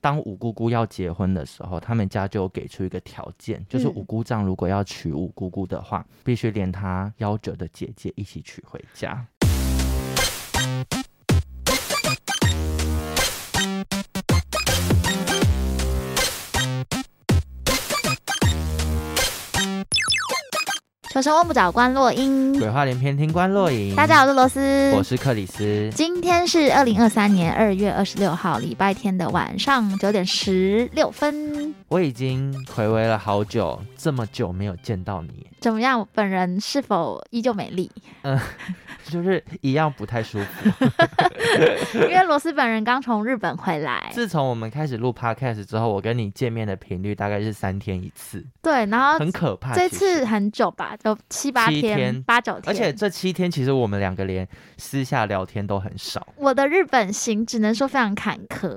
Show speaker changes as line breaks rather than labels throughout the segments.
当五姑姑要结婚的时候，他们家就有给出一个条件，
嗯
就是五姑丈如果要娶五姑姑的话，必须连她夭折的姐姐一起娶回家。
求生问不找关洛英，
鬼话连篇，听官落影。
大家好，我是罗斯，
我是克里斯。
今天是二零二三年二月二十六号，礼拜天的晚上九点十六分。
我已经回违了好久，这么久没有见到你，
怎么样？本人是否依旧 美丽？
就是一样不太舒 服。
因为罗斯本人刚从日本回来，
自从我们开始录 podcast 之后，我跟你见面的频率大概是三天一次，
对，然后
很可怕。
哦这
其实
次很久吧，有七八
七天
八九天，
而且这七天其实我们两个连私下聊天都很少。
我的日本行只能说非常坎 坷，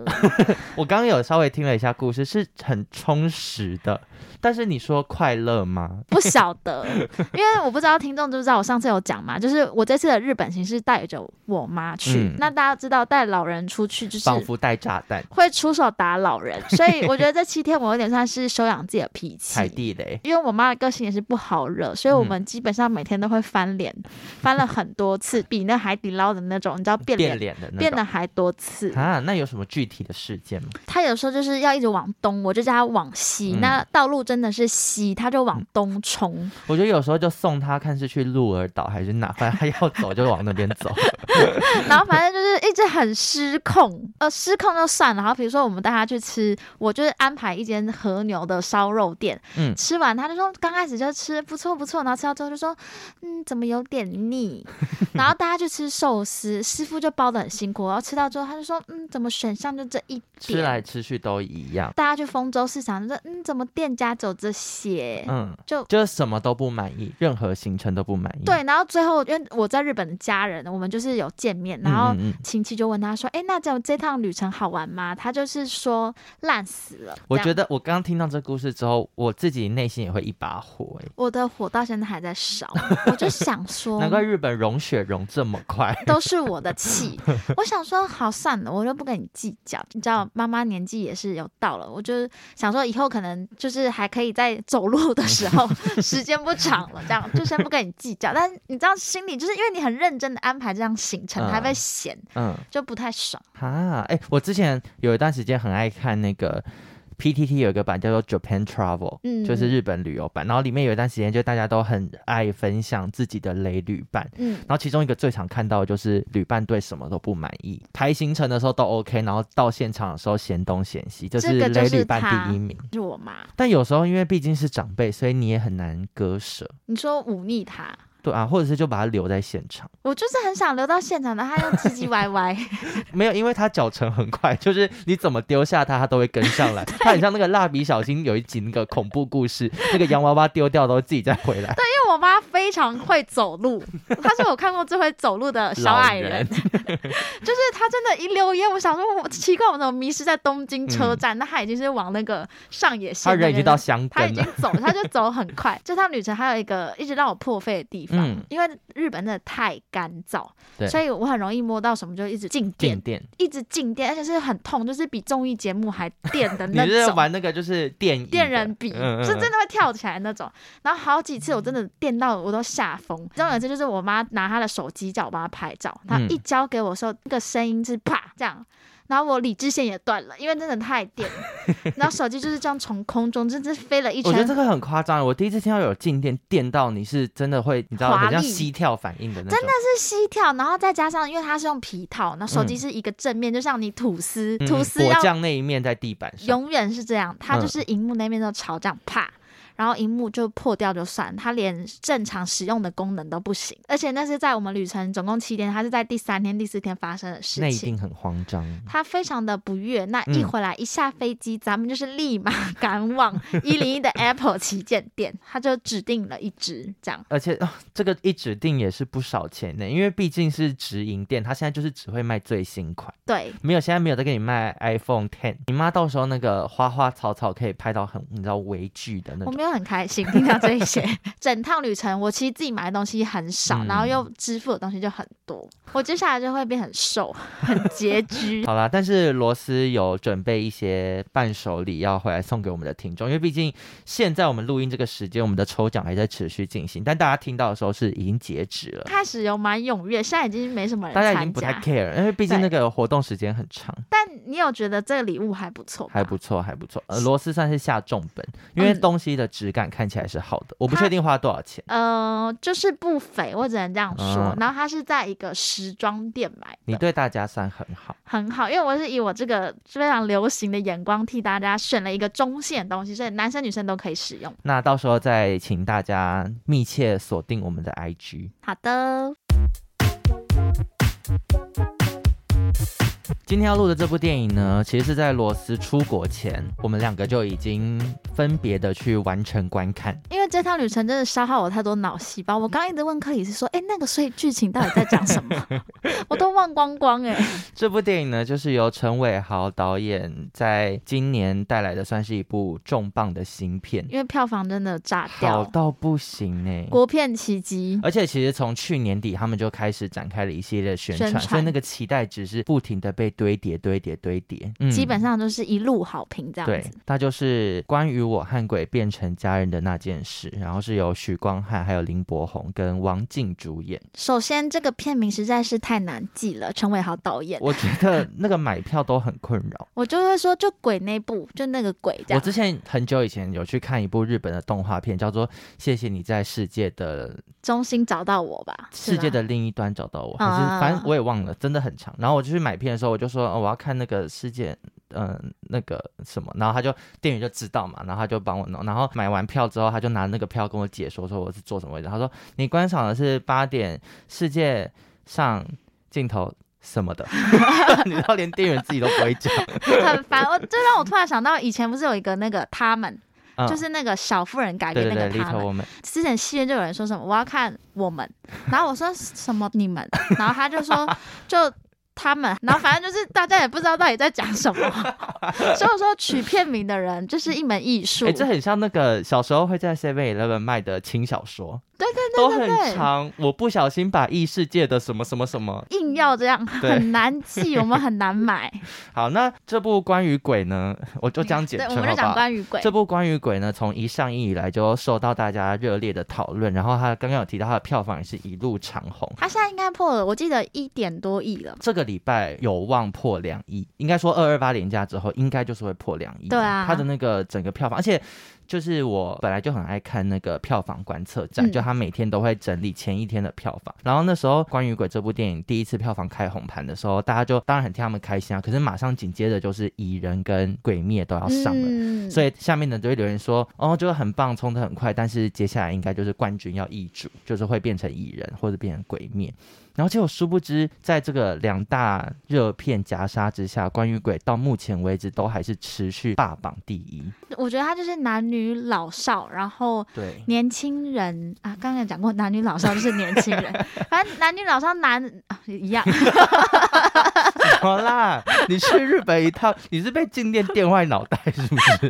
我刚刚有稍微听了一下故事，是很充实的。但是你说快乐吗？
不晓得，因为我不知道听众知不知道，我上次有讲嘛，就是我这次的日本行是带着我妈去，
嗯
那大家知道带老人出去就是
仿佛带炸弹、
会出手打 老人，所以我觉得这七天我有点算是收养自己的脾
踩
气。
地雷。
因为我妈的个性也是不好惹，所以
嗯
我们基本上每天都会翻脸， 翻了很多次，比那海底捞的那种你知道变
变
脸
脸的那
变
种
得还多次。
啊，那有什么具体的事件吗？
他有时候就是要一直往东，我就叫他往西。
嗯
那道路真的是西，他就往东冲。
我觉得有时候就送他看是去鹿儿岛还是哪，反正他要走就往那边 走。
然后反正就是一直很失控，呃，失控就算了。然后比如说我们带他去吃，我就是安排一间和牛的烧肉店，
嗯
吃完他就说刚开始就吃不错不错，然后吃到最后就说，嗯，怎么有点 腻？然后带他去吃寿司，师傅就包的很辛苦，然后吃到最后他就说，嗯，怎么选项就这一
吃
点？
来吃去都一样，
大家去丰州市场就说，嗯，怎么店家走这些？
嗯，
就
就是什么都不满意，任何行程都不满意。
对，然后最后因为我在日本的家人，我们就是有见面，
嗯，
然后
嗯嗯
亲戚就问他说：“哎、那这这趟旅程好玩吗？”他就是说烂死了。
我
这
觉
样
得我刚刚听到这故事之后，我自己内心也会一把火、欸，
我的火到现在还 在烧，我就想说，
难怪日本融雪融这么快。
都是我的 气。我想说，好算了，我就不跟你计较。你知道，妈妈年纪也是有到了，我就是想说，以后可能就是还可以在走路的时 候，时间不长了，这样就先不跟你计较。但你知道，心里就是因为你很认真的安排这样行程，还被
嗯
嫌，
嗯，
就不太爽。
啊，哎、我之前有一段时间很爱看那个 PTT 有一个版叫做 Japan Travel，
嗯
就是日本旅游版，然后里面有一段时间就大家都很爱分享自己的雷旅伴。
嗯，
然后其中一个最常看到的就是旅伴对什么都不满意，排行程的时候都 OK，然后到现场的时候嫌东嫌西，这
这
是
个就
雷
是
旅伴
他
第一名。
就是我妈。
但有时候因为毕竟是长辈，所以你也很难割舍，
你说忤逆他，
对啊，或者是就把他留在现场。
我就是很想留到现场的，他又唧唧歪歪，
没有，因为他脚程很快， 就是你怎么丢下他，他都会跟上来。他很像那个蜡笔小新有一集那个恐怖故 事，那个洋娃娃丢掉都自己再回来。
因为我妈非常会走路，她是我看过最会走路的小矮人，
老人
就是她真的，一溜烟，我想说我奇怪，我怎么迷失在东京车站？那她已经是往那个上野县
他
那
人
边，
已经到香
她已
根
经
了，
走，她就走很快。这趟旅程还有一个一直让我破费的地方，
嗯
因为日本真的太干燥，
对
所以我很容易摸到什么就一直静电
静，电。
一直静电，而且是很痛，就是比综艺节目还电的
你
那
是
种。
玩那个就是电椅的
电人笔，
嗯嗯
是真的会跳起来那种。然后好几次我真的电到我都吓疯。
嗯
然后有一次就是我妈拿她的手机叫我帮她拍照，她一交给我的时候，那个声音是啪这样。然后我理智线也断了，因为真的太 电了。然后手机就是这样从空中真是飞了一
我觉得
圈
这，个很夸张，我第一次听到有静电电到你是真的会，你知道
华丽
很像膝跳反应的那种。真的
是膝跳。然后再加上因为它是用皮套，那手机
嗯
是一个正面，就像你吐司，
嗯
吐司
果
要
酱那一面在地板上，
永远是这样，它就
嗯
是荧幕那边的潮这样啪。然后荧幕就破掉就算，它连正常使用的功能都不行，而且那是在我们旅程总共七天，它是在第三天、第四天发生的事
那一定
情。
嗯很慌张。
他非常的不悦，那一回来一下飞机，咱们就是立马赶 往一零一的 Apple 旗舰店，他就指定了一只这样。
而且、啊这个一指定也是不少钱的，因为毕竟是直营店，它现在就是只会卖最新款。
对，
没有，现在没有在给你卖 iPhone Ten。你妈到时候那个花花草草可以拍到很，你知道微距的那
我
种。
没有都很开心听到这一 些。整趟旅程我其实自己买的东西很少，
嗯
然后又支付的东西就很多，我接下来就会变很瘦，很拮据。
好啦，但是罗斯有准备一些伴手礼要回来送给我们的听众，因为毕竟现在我们录音这个时间，我们的抽奖还在持续进行，但大家听到的时候是已经截止了。
开始有蛮踊跃，现在已经没什么人
大家已
参
经不太
加。
care，因为毕竟
对
那个活动时间很长，
但你有觉得这个礼物还不错吧？
还不错，还不错。呃，罗斯算是下重本，因为
嗯
东西的质感看起来是好的，我不
它
确定花多少钱。
呃，就是不菲，我只能这样说。
嗯
然后它是在一个时装店买
你
的，
对大家算很好，
很好，因为我是以我这个非常流行的眼光替大家选了一个中线的东西，所以男生女生都可以使用。
那到时候再请大家密切锁定我们的 IG。
好的，
今天要录的这部电影呢，其实是在罗斯出国前，我们两个就已经分别的去完成观看。
因为这趟旅程真的消耗我太多脑细胞。我刚刚一直问克里斯说：“哎，那个所以剧情到底在讲什么？” 我都忘光光哎、
这部电影呢，就是由陈伟豪导演在今年带来的，算是一部重磅的新片，
因为票房真的
好
炸掉，
到不行呢、
国片奇迹。
而且其实从去年底，他们就开始展开了一系列宣传，
宣传
所以那个期待值是不停的被堆叠、堆叠、堆叠。嗯
基本上都是一路好评这样
对
子，，
它就是关于我和鬼变成家人的那件事，然后是由许光汉、还有林柏宏跟王静主演。
首先，这个片名实在是太难记了，陈伟豪导演。
我觉得那个买票都很困扰。
我就会说，就鬼那部，就那个鬼这
我
样。
之前很久以前有去看一部日本的动画片，叫做《谢谢你在世界的
中心找到我吧，是
世界
吗
的另一端找到我》，
啊
还是反正我也忘了，真的很长。然后我就去买片的时候，我就说、哦我要看那个世界，嗯、那个什么，然后他就店员就知道嘛，然后他就帮我弄。然后买完票之后，他就拿那个票跟我解说说我是坐什么位置。他说你观赏的是八点世界上镜头。什么的， 你知道连店员自己都不会 讲，
很烦。我这让我突然想到，以前不是有一个那个他们，
嗯、
就是那个小妇人改
对
编
对
那
对
个他
，Little
们。
Woman，
之前戏院就有人说什么我要看我们，然后我说什么你们，然后他就说 就他们，然后反正就是大家也不知道到底在讲什么。所以我说取片名的人就是一门艺术。
哎、这很像那个小时候会在 Seven Eleven 卖的轻小说，
对
对对都
对对
很长。我不小心把异世界的什么什么什么。
硬要这样
嗯对
很难记，我们很 难买。
好，那这部关于鬼呢， 我就这样简
对，我
称
们
好
就
不
讲
好？
关于鬼
这。部关于鬼呢，从一上映以来就受到大家热烈的讨论，然后它刚刚有提到它的票房也是一路长红。
他现在应该破了，我记得一点多亿了。
这个礼拜有望破两亿，应该说二二八连假之后，应该就是会破两亿。
对啊
它的那个整个票房，而且就是我本来就很爱看那个票房观测站，
嗯
就它每天都会整理前一天的票房。然后那时候《关于鬼》这部电影第一次票房开红盘的时候，大家就当然很替他们开心啊，可是马上紧接着就是《蚁人》跟《鬼灭》都要上了。
嗯
所以下面的人就会留言说，哦，就是很棒，冲得很快，但是接下来应该就是冠军要易主，就是会变成蚁人或者变成鬼灭。然后结果殊不知，在这个两大热片夹杀之下，关于鬼到目前为止都还是持续霸榜第一。
我觉得他就是男女老少，然后
对。
年轻人啊，刚刚有讲过男女老少就是年轻 人，反正男女老少男、啊、一样，
好啦， 你去日本一趟，你是被静电电坏脑袋是不 是？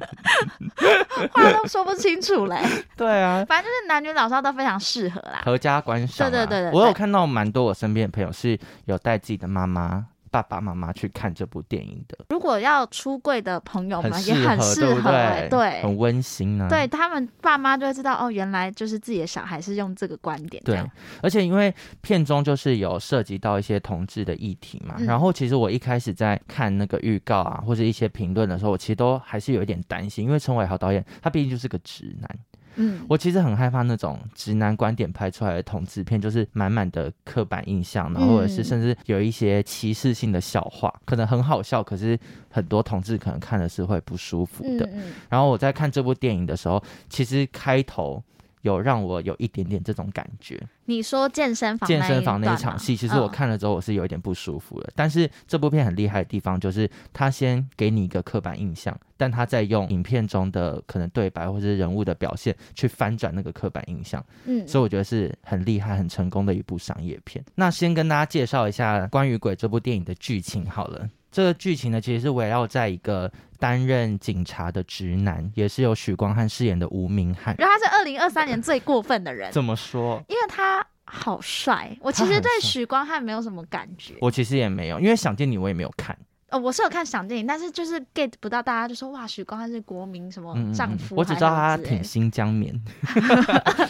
话都说不清楚嘞。
对啊，
反正就是男女老少都非常适合啦。
合家观赏、啊。
对对对对
我有
对
看到蛮多我身边的朋友是有带自己的妈妈、爸爸妈妈去看这部电影的。
如果要出柜的朋友
很
们
适
也很
合，
适
对不
合、欸，
对？
对
很嗯温馨啊呢、
对他们爸妈就会知道哦，原来就是自己的小孩是用这个观点这
对
样。，
而且因为片中就是有涉及到一些同志的议题嘛，
嗯
然后其实我一开始在看那个预告啊，或者一些评论的时候，我其实都还是有一点担心，因为陈伟豪导演他毕竟就是个直男，
嗯，
我其实很害怕那种直男观点拍出来的同志片，就是满满的刻板印象，然后或者是
嗯
甚至有一些歧视性的笑话，可能很好笑，可是很多同志可能看的是会不舒服
嗯
的。
嗯，
然后我在看这部电影的时候，其实开头有让我有一点点这种感觉。
你说健身房
健身房那
那
一场戏，其实我
看。嗯
看了之后我是有一点不舒服的。但是这部片很厉害的地方就是，他先给你一个刻板印象，但他在用影片中的可能对白或者是人物的表现去翻转那个刻板印象，
嗯
所以我觉得是很厉害、很成功的一部商业片。那先跟大家介绍一下关于《鬼》这部电影的剧情好了。这个剧情呢，其实是围绕在一个担任警察的直男，也是由许光汉饰演的吴明翰。
然后他是二零二三年最过分的 人，
怎么说？
因为他好帅。我其
他
实
很
对
帅
许光汉没有什么感觉，
我其实也没有，因为《想见你》我也没有看。
呃，我是有看想电影，但是就是 get 不到大家就说哇，许光汉是国民什么
嗯，嗯
哦丈
嗯
夫、
我只知道他
欸
挺新疆棉，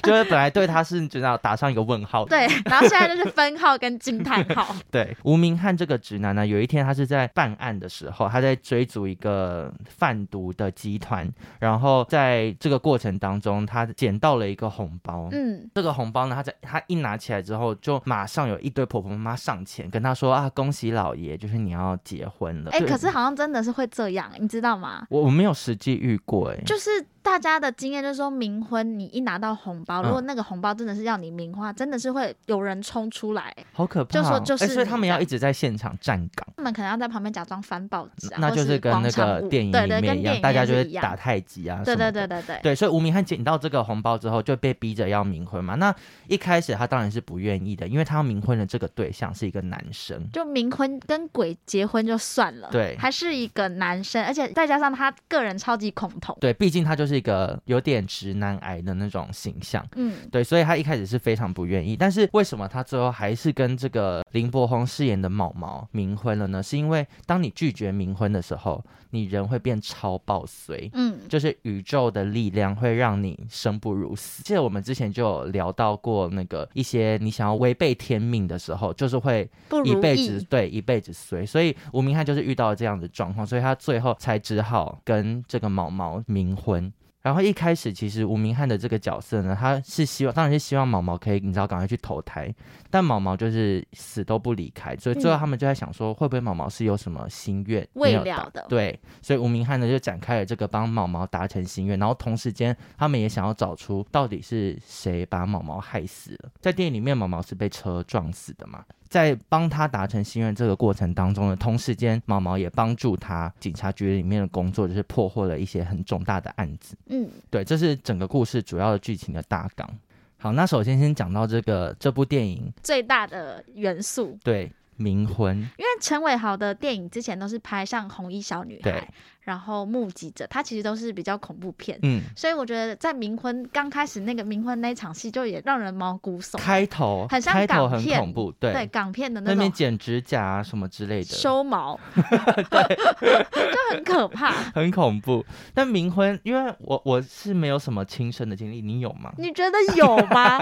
就是本来对他是知道打上一个问号的。
对，然后现在就是分号跟惊叹 号，
对，吴明翰这个直男呢，有一天他是在办案的时候，他在追逐一个贩毒的集团，然后在这个过程当中，他捡到了一个红包。
嗯，
这个红包呢，他在他一拿起来之后，就马上有一堆婆婆妈妈上前跟他说啊，恭喜老爷，就是你要结婚了。
哎、
对
可是好像真的是会这样，你知道吗？
我我没有实际遇过哎、
就是大家的经验就是说，冥婚你一拿到红包，
嗯
如果那个红包真的是要你冥花，真的是会有人冲出来，
好可怕、哦！
就说就是
哎所以他们
你这
要
样
一直在现场站岗。
他们可能要在旁边假装翻报纸啊，
那
或
就是跟那
广场
个
舞
电影
对
里
对，
面
跟
一
电
样，
影
大家
面
就会
是一样
打太极啊什
对
么的。
对对对对。
对，所以吴明翰捡到这个红包之后，就被逼着要冥婚嘛。那一开始他当然是不愿意的，因为他要冥婚的这个对象是一个男生。
就冥婚跟鬼结婚就算了，
对
还是一个男生，而且再加上他个人超级恐同，
对，毕竟他就是一个有点直男癌的那种形象。
嗯，
对，所以他一开始是非常不愿意，但是为什么他最后还是跟这个林柏宏饰演的毛毛冥婚了呢？是因为当你拒绝冥婚的时候，你人会变超爆衰，
嗯，
就是宇宙的力量会让你生不如死。记得我们之前就有聊到过那个一些你想要违背天命的时候，就是会
不
一
如
辈子
意。
对一辈子衰。所以吴明翰就是遇到了这样的状况，所以他最后才只好跟这个毛毛冥婚。然后一开始其实吴明翰的这个角色呢，他是希望，当然是希望毛毛可以，你知道，赶快去投胎。但毛毛就是死都不离开，所以最后
嗯
他们就在想说，会不会毛毛是有什么心愿
未
没有
了
达
的
对，所以吴明翰呢就展开了这个帮毛毛达成心愿，然后同时间他们也想要找出到底是谁把毛毛害死了。在电影里面，毛毛是被车撞死的嘛？在帮他达成心愿这个过程当中呢，同时间毛毛也帮助他警察局里面的工作，就是破获了一些很重大的案子。
嗯，
对，这是整个故事主要的剧情的大纲。好，那首先先讲到这个这部电影
最大的元素，
对冥婚，
因为陈伟豪的电影之前都是拍像《红衣小女孩
对》，
然后《目击者》，他其实都是比较恐怖片，
嗯，
所以我觉得在冥婚刚开始那个冥婚那一场戏就也让人毛骨悚然，
开头
很像
开头
港
很
片
恐怖，对，
对港片的
那
那
边
种
剪指甲啊什么之类的，
收毛， 就很可怕。
很恐怖。但冥婚，因为我我是没有什么亲身的经历，你有吗？
你觉得有 吗？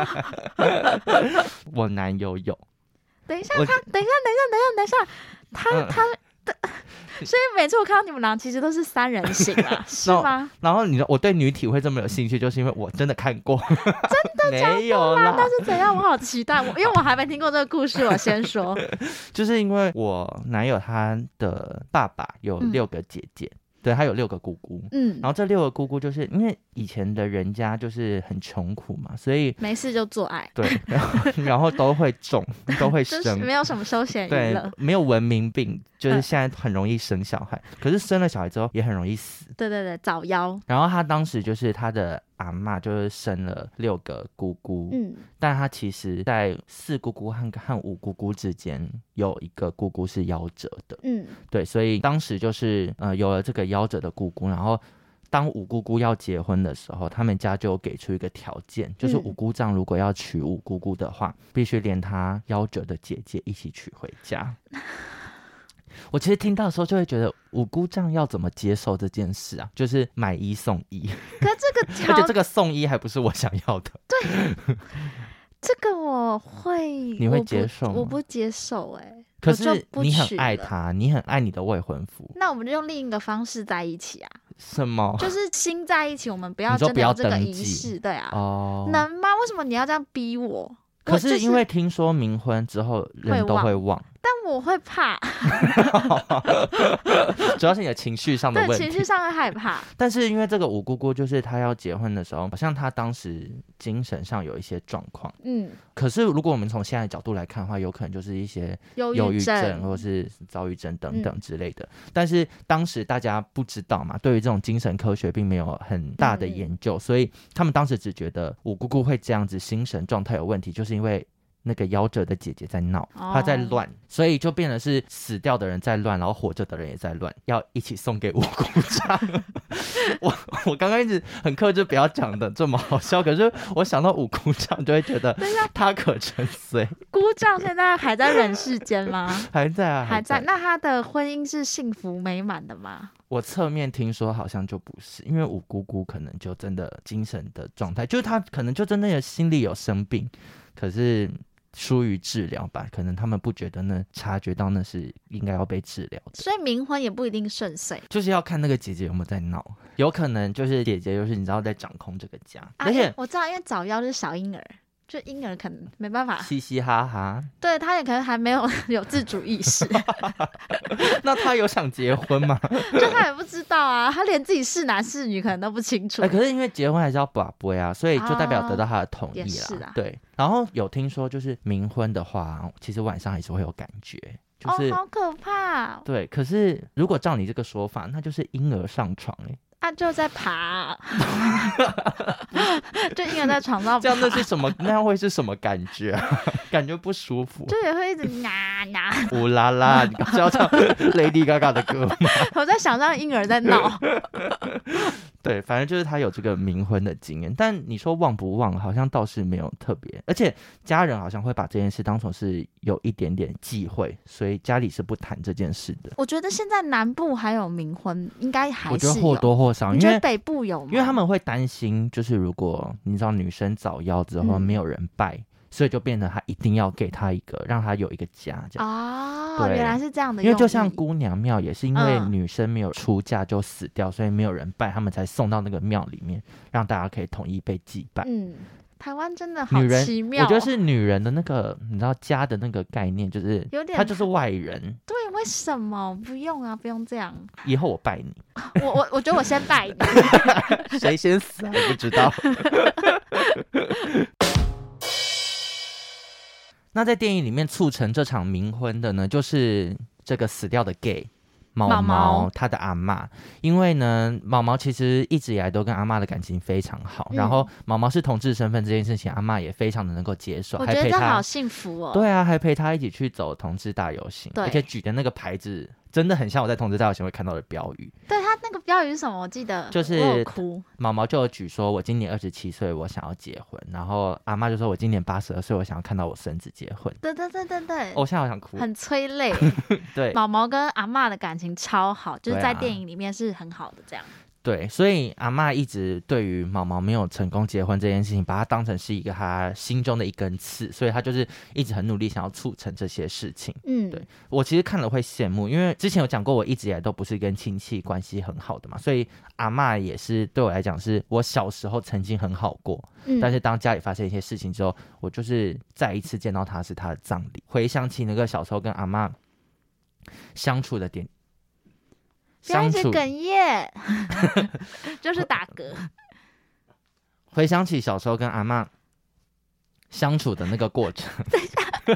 哦
我男友有，
等一下，
我
他等一下，等一下，等一下，等一下，他、
嗯
他的，所以每次我看到你们俩其实都是三人行 啊，是吗？
然后你知道我对女体会这么有兴趣，就是因为我真的看过，真的没有啦
啊那，是怎样？我好期待， 我因为我还没听过这个故事，我先说，
就是因为我男友他的爸爸有
嗯
六个姐姐，对他有六个姑姑。
嗯
然，后这六个姑姑，就是因为以前的人家就是很穷苦嘛，所以
没事就做爱，
对，然后 然后都会种，都会
就是
生，
没有什么休闲娱
对
乐，，
没有文明病，就是
嗯
现在很容易生小孩，可是生了小孩之后也很容易死。
对对对，早夭，
然后他当时就是他的阿嬷，就是生了六个姑姑，
嗯，
但他其实在四姑姑和和五姑姑之间有一个姑姑是夭折的，
嗯，
对，所以当时就是呃有了这个夭折的姑姑，然后。当五姑姑要结婚的时候，他们家就给出一个条件，就是
嗯
五姑丈如果要娶五姑姑的话，必须连她夭折的姐姐一起娶回家。 我其实听到的时候就会觉得，五姑丈要怎么接受这件事啊？就是买一送一，
可这个
而且
条
这个送一还不是我想要
哦
的。
这个我会，
你会接受
我
吗
不我不接受、哎，
可
我
是
就不
你很
娶
爱
了
他，你很爱你的未婚夫，
那我们就用另一个方式在一起啊，
什么？
就是心在一起，我们不要
你说
真
不
的有
要
这个
登
仪
记
式，对啊，
哦，
能吗？为什么你要这样逼我？
可
我就是
因为听说冥婚之后人都会忘，
但我会怕，
主要是你的情绪上的
对
问
情
题
绪。上会害 怕。
但是因为这个五姑姑，就是她要结婚的时候，好像她当时精神上有一些状况。
嗯，
可是如果我们从现在的角度来看的话，有可能就是一些
忧
忧郁
郁
症
症，嗯
或是躁郁症等等之类的。但是当时大家不知道嘛，对于这种精神科学并没有很大的
嗯嗯
研究，所以他们当时只觉得五姑姑会这样子，精神状态有问题，就是因为那个夭折的姐姐在闹，她在
哦
乱，所以就变得是死掉的人在乱，然后活着的人也在乱，要一起送给五谷章。 我我刚刚一直很克制，不要讲的这么好笑，可是我想到五谷章就会觉得
等一下，
他可沉睡，
姑丈现在还在人世间吗？
还在啊，
还在。
在。
那他的婚姻是幸福美满的吗？
我侧面听说好像就不是，因为五姑姑可能就真的精神的状态，就是她可能就真的有心里有生病，可是疏于治疗吧，可能他们不觉得那察觉到那是应该要被治疗的。
所以冥婚也不一定顺遂。
就是要看那个姐姐有没有在闹，有可能就是姐姐就是你知道在掌控这个家，
啊
而且
因我知道，因为早夭就是小婴儿，就婴儿可能没办法，
嘻嘻哈哈。
对他也可能还没有 有自主意识，
那她有想结婚吗？
就他也不知道啊，他连自己是男是女可能都不清楚。
哎、可是因为结婚还是要把杯啊，所以就代表
啊
得到他的同意
也
啦。
是啊
对，然后有听说就是冥婚的话，其实晚上还是会有感觉，就是、
哦，好可怕哦！
对。可是如果照你这个说法，那就是婴儿上床哎、
啊，就在爬、 就婴儿在床上爬，
这样那是什么？ 那样会是什么感觉、啊？ 感觉不舒服，
就也会一直拿拿。
乌拉拉，你知道唱 Lady Gaga 的歌吗？
我在想象婴儿在 闹，
对，反正就是他有这个冥婚的经验，但你说忘不忘，好像倒是没有特别，而且家人好像会把这件事当成是有一点点忌讳，所以家里是不谈这件事的。
我觉得现在南部还有冥婚，应该还
我
是
觉
有。
得或多或少，
你
因
觉得
为
北部有吗？
因为他们会担心，就是如果你知道女生早夭之后
嗯
没有人拜，所以就变成他一定要给她一个，让她有一个家这样。
哦，
对
原来是这样的
因
用意，
为就像姑娘庙，也是因为
嗯
女生没有出嫁就死掉，所以没有人拜，他们才送到那个庙里面，让大家可以统一被祭拜。
嗯，台湾真的好
女人
奇妙
我
哦，
觉得是女人的那个，你知道家的那个概念，就是
有点
她就是外人。
对，为什么不用啊？不用这样，
以后我 拜你，
我我我觉得我先 拜你，
谁先死还不知道。 那在电影里面促成这场冥婚的呢，就是这个死掉的 gay 毛
毛
毛
毛
他的阿嬷，因为呢，毛毛其实一直以来都跟阿嬷的感情非常好，然
嗯
后毛毛是同志身份这件事情，阿嬷也非常的能够接受，
我
还
觉得
陪
这样
他
好幸福哦。
对啊，还陪他一起去走同志大游行，
对
而且举的那个牌子真的很像我在同志大游行会看到的标语。
对，他那个标语是什么？我记得
就是
我有哭，
毛毛就有举说，我今年二十七岁，我想要结婚。然后阿妈就说，我今年八十二岁，我想要看到我孙子结婚。
对对对对对，
哦，我现在好想哭。
很催 泪。
对
毛毛跟阿嬷的感情超好，就是
对
在
啊
电影里面是很好的这样。
对，所以阿妈一直对于毛毛没有成功结婚这件事情，把它当成是一个她心中的一根刺，所以她就是一直很努力想要促成这些事情。
嗯，
对我其实看了会羡慕，因为之前有讲过，我一直以来都不是跟亲戚关系很好的嘛，所以阿嬷也是对我来讲，是我小时候曾经很好过，
嗯
但是当家里发生一些事情之后，我就是再一次见到她是她的葬礼，回想起那个小时候跟阿嬷相处的点，
不要
相
一直
处
哽 咽，就是打嗝。
回想起小时候跟阿嬷相处的那个过程，
这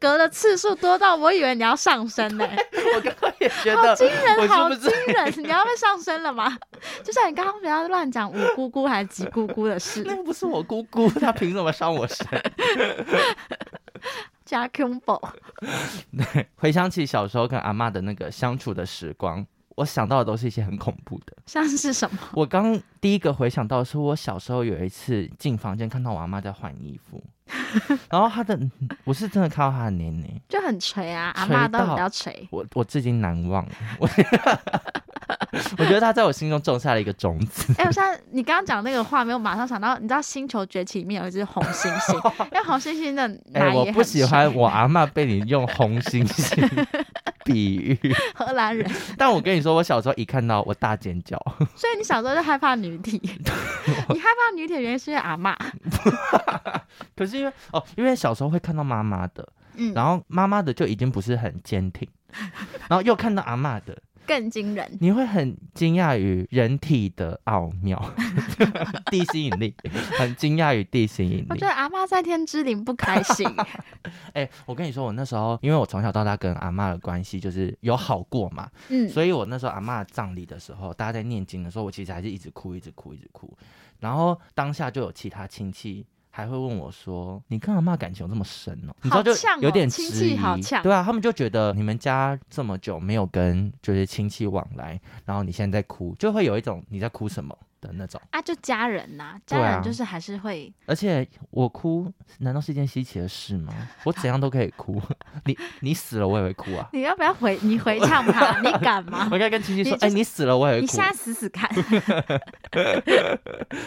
个嗝的次数多到我以为你要上身 呢、
我刚刚也觉
好
得
惊人，好
我是不
惊
是
人！你要被上身 了吗？就像你刚刚不要乱讲五姑姑还是几姑姑的事
那，个不是我姑姑，她凭什么伤我身？
加 combo
回想起小时候跟阿嬷的那个相处的时光，我想到的都是一些很恐怖的。
像是什么？
我刚第一个回想到的是我小时候有一次进房间看到我阿妈在换衣 服，然后她的我是真的看到她的年龄，
就很垂啊，阿
垂
嬷都
到
很比较垂。
我我至今难忘。 我我觉得她在我心中种下了一个种子。
哎、我现在你刚刚讲那个画面，我马上想到，你知道《星球崛起》里面有一只红猩猩， 因为红猩猩的
哎、
奶
我
也
不
很
喜
垂，
欢我阿嬷被你用红星星比喻，
荷兰人，
但我跟你说，我小时候一看到我大尖叫。
所以你小时候就害怕女体， 你害怕女体的原因是因为阿嬷。
可是因为哦，因为小时候会看到妈妈的，
嗯，
然后妈妈的就已经不是很坚 挺，然后又看到阿嬷的，
更惊人。
你会很惊讶于人体的奥 妙，地心引力，很惊讶于地心引
我
力
觉。得阿嬷在天之灵不开心，
哎、我跟你说，我那时候因为我从小到大跟阿嬷的关系就是有好过嘛，
嗯，
所以我那时候阿嬷葬礼的时候，大家在念经的时候，我其实还是一直哭，一直哭，一直哭。然后当下就有其他亲戚。还会问我说：“你跟阿妈感情有这么深哦？”你知道就
呛哦
有点质
亲
疑，
戚好呛
对啊，他们就觉得你们家这么久没有跟就是亲戚往来，然后你现在在哭，就会有一种你在哭什么的那种。
啊，就家人呐、
对
家
啊
人就是还是会，
而且我哭，难道是一件稀奇的事 吗？我怎样都可以哭， 你你死了我也会哭啊！
你要不要回你 回呛他？你敢吗
我？应该跟亲戚说：“
你就
哎、
是
你死了我也
你
会哭
现。在死死看！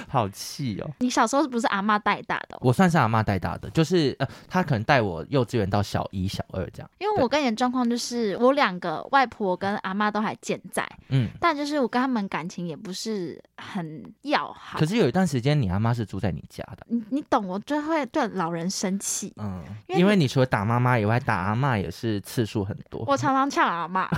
好气哦！
你小时候不是阿妈带大的哦、
我算是阿妈带大的，就是呃，她可能带我幼稚园到小一、小二这样。
因为我跟你的状况就是，我两个外婆跟阿妈都还健在，
嗯，
但就是我跟他们感情也不是很要好
可。是有一段时间，你阿妈是住在你家的。
你你懂，我就会对老人生气。
嗯，
因为
因为你除了打妈妈以外，打阿妈也是次数很多。
我常常呛阿妈，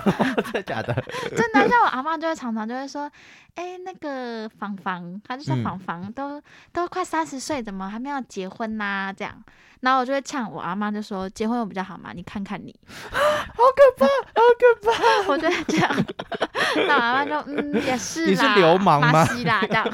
真的假的？
真的，像我阿妈就会常常就会说，哎、那个芳芳，她就说
嗯
芳芳都、都快三十岁，怎么还没有结婚呐、这样，然后我就会呛我阿妈，就说结婚有比较好嘛，你看看 你， 好可怕，好可怕，我就会这样，那我阿妈就嗯也是啦，
你是流氓吗
巴西啦这样，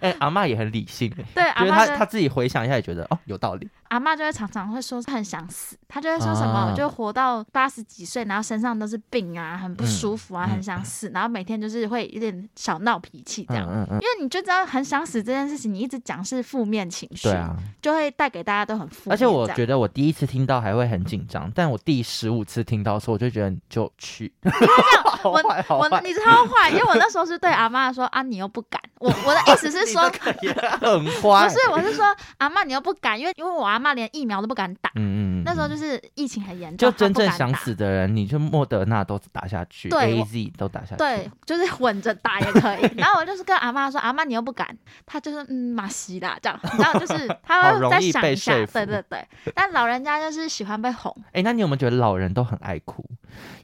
哎、阿妈也很理性， 觉
对，阿
得
妈
她
就
她自己回想一下也觉得哦有道理。
阿妈就会常常会说很想死，她就会说什么、
啊
我就活到八十几岁，然后身上都是病啊，很不舒服啊，
嗯
很想死，然后每天就是会有点小闹脾气
嗯
这样。
嗯嗯，
因为你就知道很想死这件事情，你一直讲是负面情绪，
对啊。
就会带给大家都很负面。
而且我
得，
觉得我第一次听到还会很紧张，但我第十五次听到的时候，我就觉得你就去， 好
我
坏好
我
坏。
你超坏，因为我那时候是对阿妈说啊，你又不敢。我我的意思是说，
你这个也很坏。
不是，我是说阿妈你又不敢，因为因为我阿妈连疫苗都不敢打，
嗯，嗯嗯，
那时候
嗯
就是疫情很严重，
就真正
她不敢
想
打
死的人，你就莫德纳都打下去
对
，A
我
Z 都打下去。
对，就是混着打也可以。然后我就是跟阿妈说：“阿妈，你又不敢。”她就是嗯，马西啦这样。然后 就是她
好
会
容
再
易
想
被
一下
说，服
对对对。但老人家就是喜欢被哄，
哎、那你有没有觉得老人都很爱哭？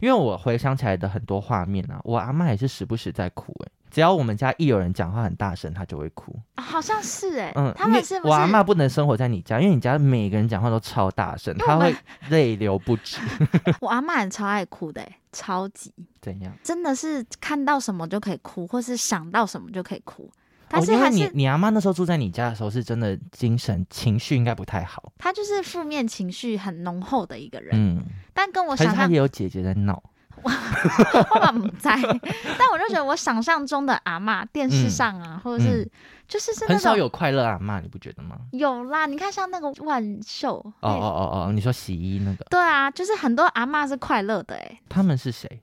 因为我回想起来的很多画面啊，我阿妈也是时不时在哭、欸，只要我们家一有人讲话很大声，她就会哭。
啊好像是哎、
嗯，
他
因
们
为
是不
我阿
是？
妈不能生活在你家，因为你家每个人讲话都超大声，她
我
会
们
泪流不 止。
我阿妈也超爱哭的、欸，超级
怎样？
真的是看到什么就可以哭，或是想到什么就可以哭。但
哦，
是
因为
还
你
是
你阿妈那时候住在你家的时候，是真的精神情绪应该不太好。
她就是负面情绪很浓厚的一个人，
嗯，
但跟我
可是
想
她
象
也有姐姐在闹。
我 爸不在，但我就觉得我想象中的阿妈，电视上啊，或者是、就是是那
嗯很少
种
有快乐阿妈，你不觉得吗？
有啦，你看像那个万秀，
哦
那
哦哦哦，你说洗衣那个，
对啊，就是很多阿嬷是快乐的哎、
他们是谁？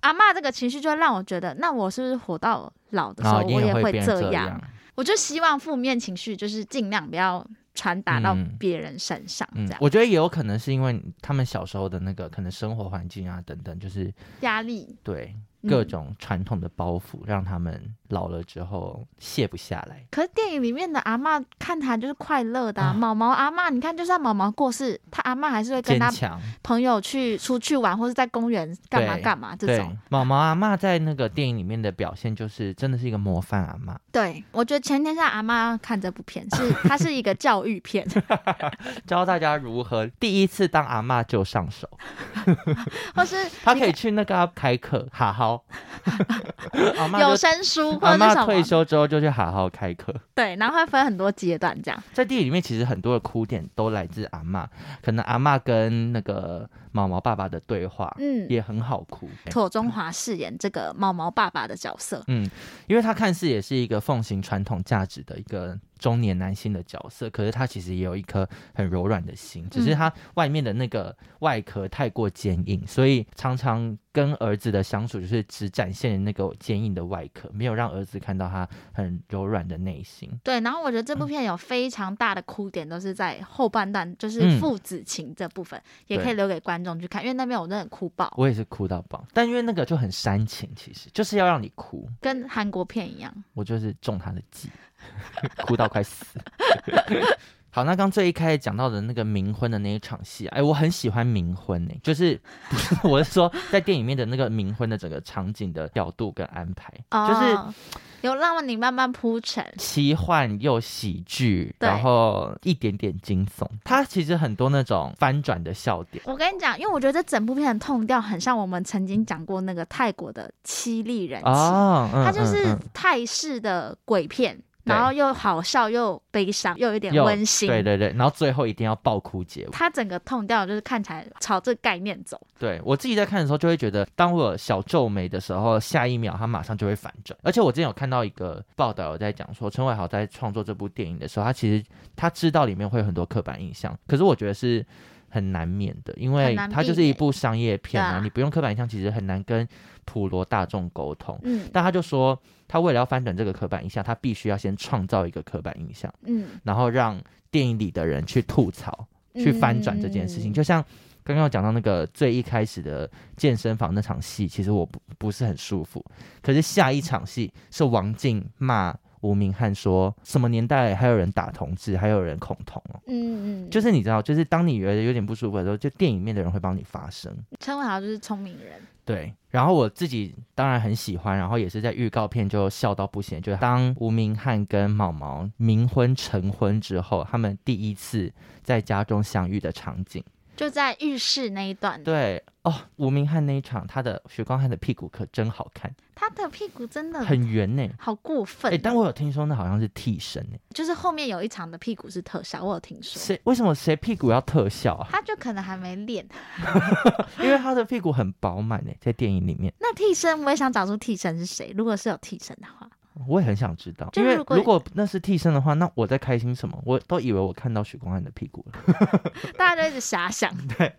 阿嬷这个情绪就会让我觉得，那我是不是活到老的时
然
候，
后
我也
哦会
会
变
这
这
样？
样。
我就希望负面情绪就是尽量不要传达到
嗯
别人身上，
嗯
这，样、
我觉得也有可能是因为他们小时候的那个可能生活环境啊等等，就是
压力
对
嗯
各种传统的包袱，让他们老了之后卸不下来。
可是电影里面的阿嬷看她就是快乐的、啊，
啊
毛毛阿嬷，你看就算毛毛过世，她阿嬷还是会跟
坚
她
强，
朋友去出去玩，或是在公园干嘛
对
干嘛这
对
种。，
毛毛阿嬷在那个电影里面的表现，就是真的是一个模范阿嬷，
对，我觉得全天下阿妈看这部片 是它是一个教育片，
教大家如何第一次当阿嬷就上手。
或是
她可以去那个啊开课，好 好，阿嬷
有
就
声书或
阿
者是
妈
什
退
么，
休之后就去好好开课。
对，然后会分很多阶段这样。
在电影里面，其实很多的哭点都来自阿嬷，可能阿嬷跟那个毛毛爸爸的对话、
嗯，
也很好哭。
妥中华饰演这个毛毛爸爸的角色，
嗯，因为他看似也是一个奉行传统价值的一个中年男性的角色，可是他其实也有一颗很柔软的心，只是他外面的那个外壳太过坚硬，所以常常跟儿子的相处就是只展现那个坚硬的外壳，没有让儿子看到他很柔软的内心。
对。然后我觉得
嗯
这部片有非常大的哭点，都是在后半段，就是
嗯
父子情这部分，也
对
可以留给观众去看，因为那边我真的哭爆，
我也是哭到爆，但因为那个就很煽情，其实就是要让你哭，
跟韩国片一样。
我就是中他的计， 哭到快死。 好，那刚最一开始讲到的那个冥婚的那一场戏啊，哎、我很喜欢冥婚呢、就是不是 我是说在电影里面的那个冥婚的整个场景的角度跟安排，就是
哦有让你慢慢铺陈。
奇幻又喜剧，
对
然后一点点惊悚，它其实很多那种翻转的笑点。
我跟你讲，因为我觉得这整部片的痛调很像我们曾经讲过那个泰国的《七力人妻》
哦，嗯
它就
嗯
是
嗯
泰式的鬼片，
对
然后又好笑又悲伤，又有一点
又
温馨。
对对对，然后最后一定要爆哭结尾。
它整个痛调就是看起来朝这个概念走，
对我自己在看的时候，就会觉得，当我小皱眉的时候，下一秒它马上就会反转。而且我之前有看到一个报道，有在讲说，陈伟豪在创作这部电影的时候，他其实他知道里面会有很多刻板印象，可是我觉得是很难免的，因为
很难避
它就是一部商业片
对
啊，
啊
你不用刻板印象，其实很难跟普罗大众沟通。
嗯
但他就说，他为了要翻转这个刻板印象，他必须要先创造一个刻板印象，
嗯，
然后让电影里的人去吐槽。去翻转这件事情。
嗯
就像刚刚我讲到那个最一开始的健身房那场戏，其实我不不是很舒服。可是下一场戏是王静骂吴明翰说什么年代还有人打同志，还有人恐同哦。
嗯嗯，
就是你知道，就是当你觉得有点不舒服的时候，就电影里面的人会帮你发声。
陈伟豪就是聪明人，
对，然后我自己当然很喜欢，然后也是在预告片就笑到不行，就是当吴明翰跟毛毛冥婚成婚之后，他们第一次在家中相遇的场景。
就在浴室那一段，
对哦，吴明翰那一场，他的许光汉的屁股可真好看，
他的屁股真的
很圆呢、
好过分
哎、
哦、
但我有听说那好像是替身呢、
就是后面有一场的屁股是特效，我有听说，
谁为什么谁屁股要特效啊？
他就可能还没练。
因为他的屁股很饱满呢，在电影里面，
那替身我也想找出替身是谁，如果是有替身的 话，
我也很想知道。
就
因为
如果
如果那是替身的话，那我在开心什么？我都以为我看到许光汉的屁股了。
大家就一直遐 想，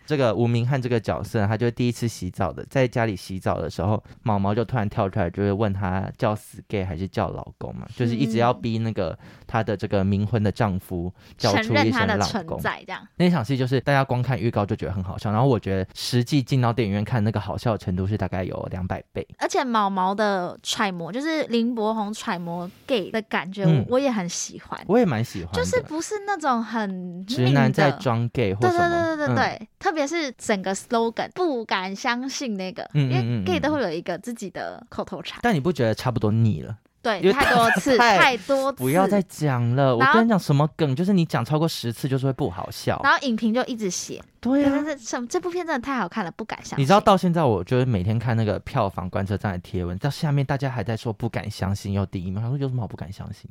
这个吴明翰这个角色，他就第一次洗澡的，在家里洗澡的时候，毛毛就突然跳出来，就是问他叫死 gay 还是叫老公
嗯
嘛，就是一直要逼那个他的这个冥婚的丈夫叫
承
出
认
一
他
声
的
老
存
公。
在，这样
那场戏就是大家光看预告就觉得很好笑，然后我觉得实际进到电影院看那个好笑的程度是大概有两百倍。
而且毛毛的揣摩，就是林柏宏揣摩 gay 的感觉，
嗯
我我也很喜欢，
我也蛮喜欢的，
就是不是那种很
直男
拧
在
的
装 gay 或
对
什
对
么，
对对对
嗯
对，特别是整个 slogan 不敢相信那个，
嗯嗯
因为
嗯
gay
嗯
都会有一个自己的口头禅，
但你不觉得差不多腻了？因
对，
为
太多 次，
太
太多次，
不要再讲了，我
然后
跟你讲什么梗，就是你讲超过十次就是会不好笑。
然后影评就一直写，
对啊
但，是什么这部片真的太好看了，不敢相信。
你知道到现在，我就是每天看那个票房观测站的贴文，到下面大家还在说不敢相信又第一名，他说有什么好不敢相信？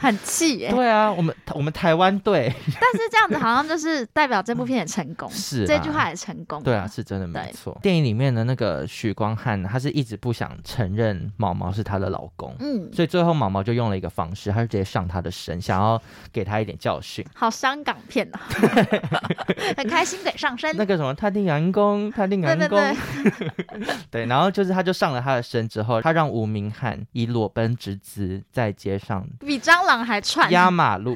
很气耶、
对啊，我们我们台湾 队
但是这样子好像就是代表这部片也成功，
是
这
啊
句话也成功。
对啊，，是真的没
对
错。电影里面的那个许光汉，他是一直不想承认毛毛是她的老公，
嗯，
所以最后毛毛就用了一个方式，他就直接上他的身，想要给他一点教训。
好香港片 哦，很开心给上身。
那个什么，他定阳公，他定阳
对
公，
对对，
对，然后就是他就上了他的身之后，他让吴明翰以裸奔之姿在街上
比蟑螂还串，
压马路，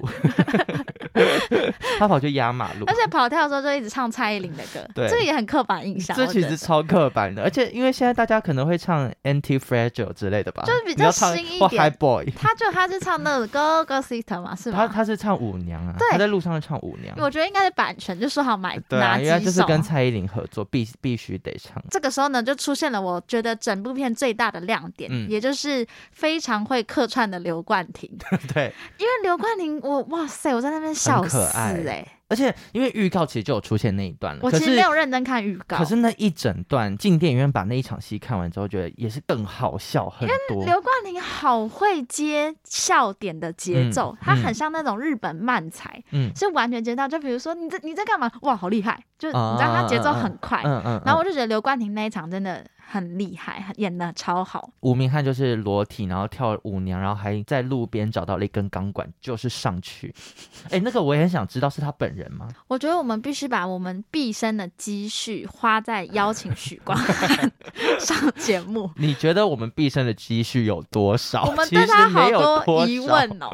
他跑去压马 路
而。且跑跳的时候就一直唱蔡依林的歌，
对
这个也很刻板印象。
这
我
其
觉
实
得
超刻板的，而且因为现在大家可能会唱 Anti Fragile 之类的吧，
就是比
你
较
要唱
新一
或
点
High Boy，
他就他是唱那个 Go Go Sister 嘛，是
他
吗？
他是唱舞娘啊，
对
他在路上唱舞娘，
我觉得应该是版权，就说好买
对
哪
啊，因为
几
就是
首。
跟蔡依林合作，必必须得唱。
这个时候呢，就出现了我觉得整部片最大的亮点，
嗯
也就是非常会客串的刘冠 廷。
对，
因为刘冠廷，我哇塞，我在那边笑
很
死
可
哎、
爱而且因为预告其实就有出现那一段了，
我
可
其实
是
没有认真看预告。
可是那一整段进电影院把那一场戏看完之后，觉得也是更好笑很多。
刘冠廷好会接笑点的节奏，
嗯
他很像那种日本漫才，
嗯
是完全接到。就比如说你在你在干嘛？哇，好厉害！就你知道他节奏很快，
嗯嗯，嗯
然后我就觉得刘冠廷那一场真的很厉害，演的超好。
吴明翰就是裸体，然后跳舞娘，然后还在路边找到了一根钢管，就是上去。 哎，那个我也很想知道是他本人吗？
我觉得我们必须把我们毕生的积蓄花在邀请许光汉 上节目。
你觉得我们毕生的积蓄有多少？
我 们
哦其实
对他
没
好
有
多
多
疑
少。
问哦，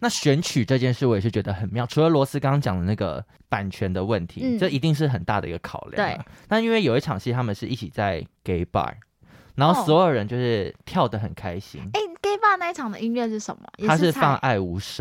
那选曲这件事，我也是觉得很妙。除了罗斯刚刚讲的那个版权的问题，
嗯
这一定是很大的一个考量啊。但因为有一场戏，他们是一起在 gay bar，然后
哦
所有人就是跳得很开心。
哎、g a y bar 那一场的音乐是什么？也
他
是
是放《
蔡
爱无赦》，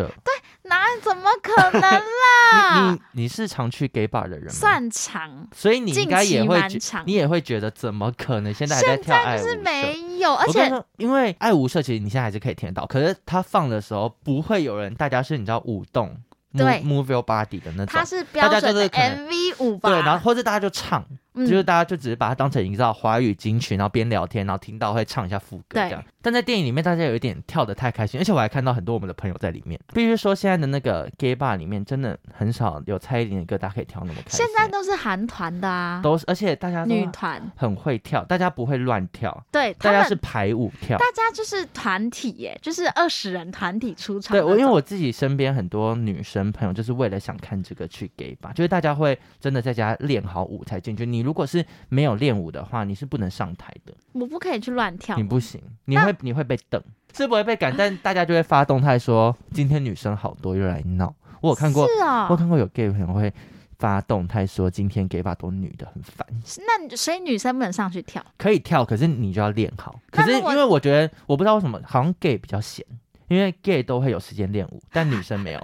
哪怎么可能啦？
你你是常去 gay bar 的人吗？，
算长，
所 以你应
近
该也
期
会
蛮
觉，
长，
你也会觉得怎么可能？现在还在跳爱舞
是
社
没有，而
我跟你
且
说因为爱无社，其实你现在还是可以听得到，可是它放的时候不会有人，大家是你知道舞动，
对
move, move your body 的那
它
种。
是
大
标
家
准
就是
的
可能
MV 舞吧？
对，然后或者大家就唱，
嗯
就是大家就只是把它当成营造华语金曲，然后边聊天，然后听到会唱一下副歌这
对
样。但在电影里面，大家有一点跳得太开心，而且我还看到很多我们的朋友在里面。必须说，现在的那个 gay bar 里面真的很少有蔡依林的歌，大家可以跳那么开心。
现在都是韩团的啊，
都是，而且大家都
女团，
很会跳，大家不会乱跳，
对他
大家
们
是排舞跳。
大家就是团体耶，就是二十人团体出场那
对，
种。
我因为我自己身边很多女生朋友，就是为了想看这个去 gay 吧，就是大家会真的在家练好舞才进去。你如果是没有练舞的话，你是不能上台的，
我不可以去乱跳
你，不行，你
那
会你会被等，是不会被赶，但大家就会发动态说今天女生好多又来闹。我有看过，
是
我有
哦，
看过有 gay 朋友会发动态说今天 gay 吧都女的很烦，
是那你所以女生不能上去跳，
可以跳，可是你就要练好。可
那
是
如
因
果
为我觉得我不知道为什么，好像 gay 比较闲。因为 gay 都会有时间练舞，但女生没 有，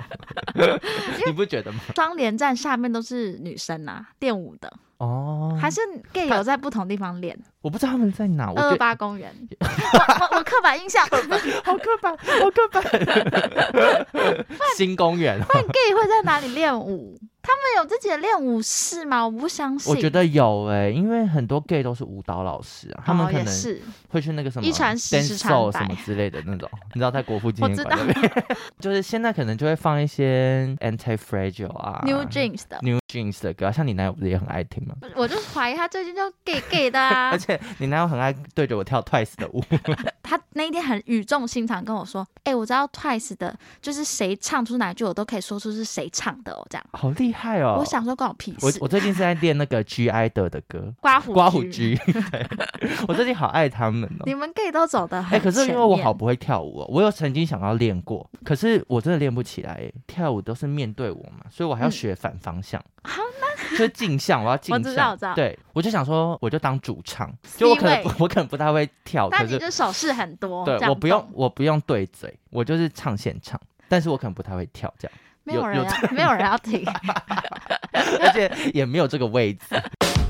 你不觉得吗？
双连站下面都是女生啊，练舞的，
哦，
还是呃 gay
他
有在不同地方练。
我不知道他们在哪，我
二
觉
二
得
八公园，我我我刻板印象，不然
好 刻板，好刻板。新公园，
gay 会在哪里练舞？他们有自己的练舞室吗？我不相信。
我觉得有哎、因为很多 gay 都是舞蹈老师啊，他们
哦
可
也
能
是，
会去那个什么
一传十
dance
十传
show
百
什么之类的那种，你知道在国父纪
我
念
知
馆那边， 就是现在可能就会放一些 anti fragile 啊
New Jeans 的，
New Jeans 的歌，像你男友不是也很爱听吗？
我就怀疑他最近就 gay gay 的啊
而。且你男友很爱对着我跳 Twice 的舞，
他那一天很语重心长跟我说：“哎、我知道 Twice 的，就是谁唱出哪句，我都可以说出是谁唱的哦。”这样，
好厉害哦！
我想说关我屁
我
事。
我最近是在练那个 G I 的的歌，
刮胡
刮胡，居，对 我最近好爱他们哦。
你们 gay 都走的
哎、
很、
可是因为我好，不会跳舞、哦，我有曾经想要练过，可是我真的练不起来耶。跳舞都是面对我嘛，所以我还要
嗯
学反方向，
好
就是镜像，我要镜像。
知道我知道
对，我就想说，我就当主唱，就我可能
C 位
我可能不太会跳，可
但你
是
就手势很多，这
对
样
我不用
动，
我不用对嘴，我就是唱现场，但是我可能不太会跳这样。
没有
有
人
有
要，没有人要听。
而且也没有这个位置。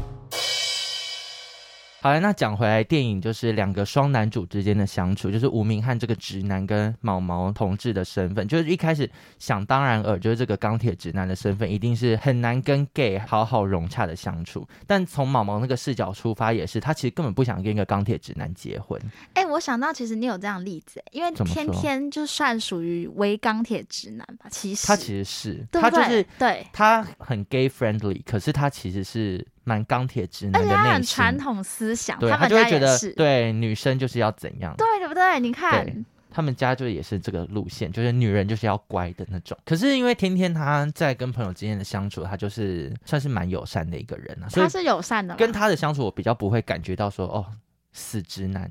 好了，那讲回来，电影就是两个双男主之间的相处，就是吴明翰这个直男跟毛毛同志的身份，就是一开始想当然尔，就是这个钢铁直男的身份一定是很难跟 gay 好好融洽的相处。但从毛毛那个视角出发，也是他其实根本不想跟一个钢铁直男结婚，
哎、我想到其实你有这样的例子，因为
怎么
天
说
天就算属于微钢铁直男吧，其实
他其实是
对
他
不
就
对
是
对，
他很 gay friendly，可是他其实是蛮钢铁直
而
男
且
的
他
内
哎很
心。
传统思想，
对，他
们
就会
家
觉
也
得
是，
对女生就是要怎样，
对对不对？你
对
看，
他们家就也是这个路线，就是女人就是要乖的那种。可是因为天天他在跟朋友之间的相处，他就是算是蛮友善的一个人啊，所以
他是友善的嘛，
跟他的相处，我比较不会感觉到说哦死直男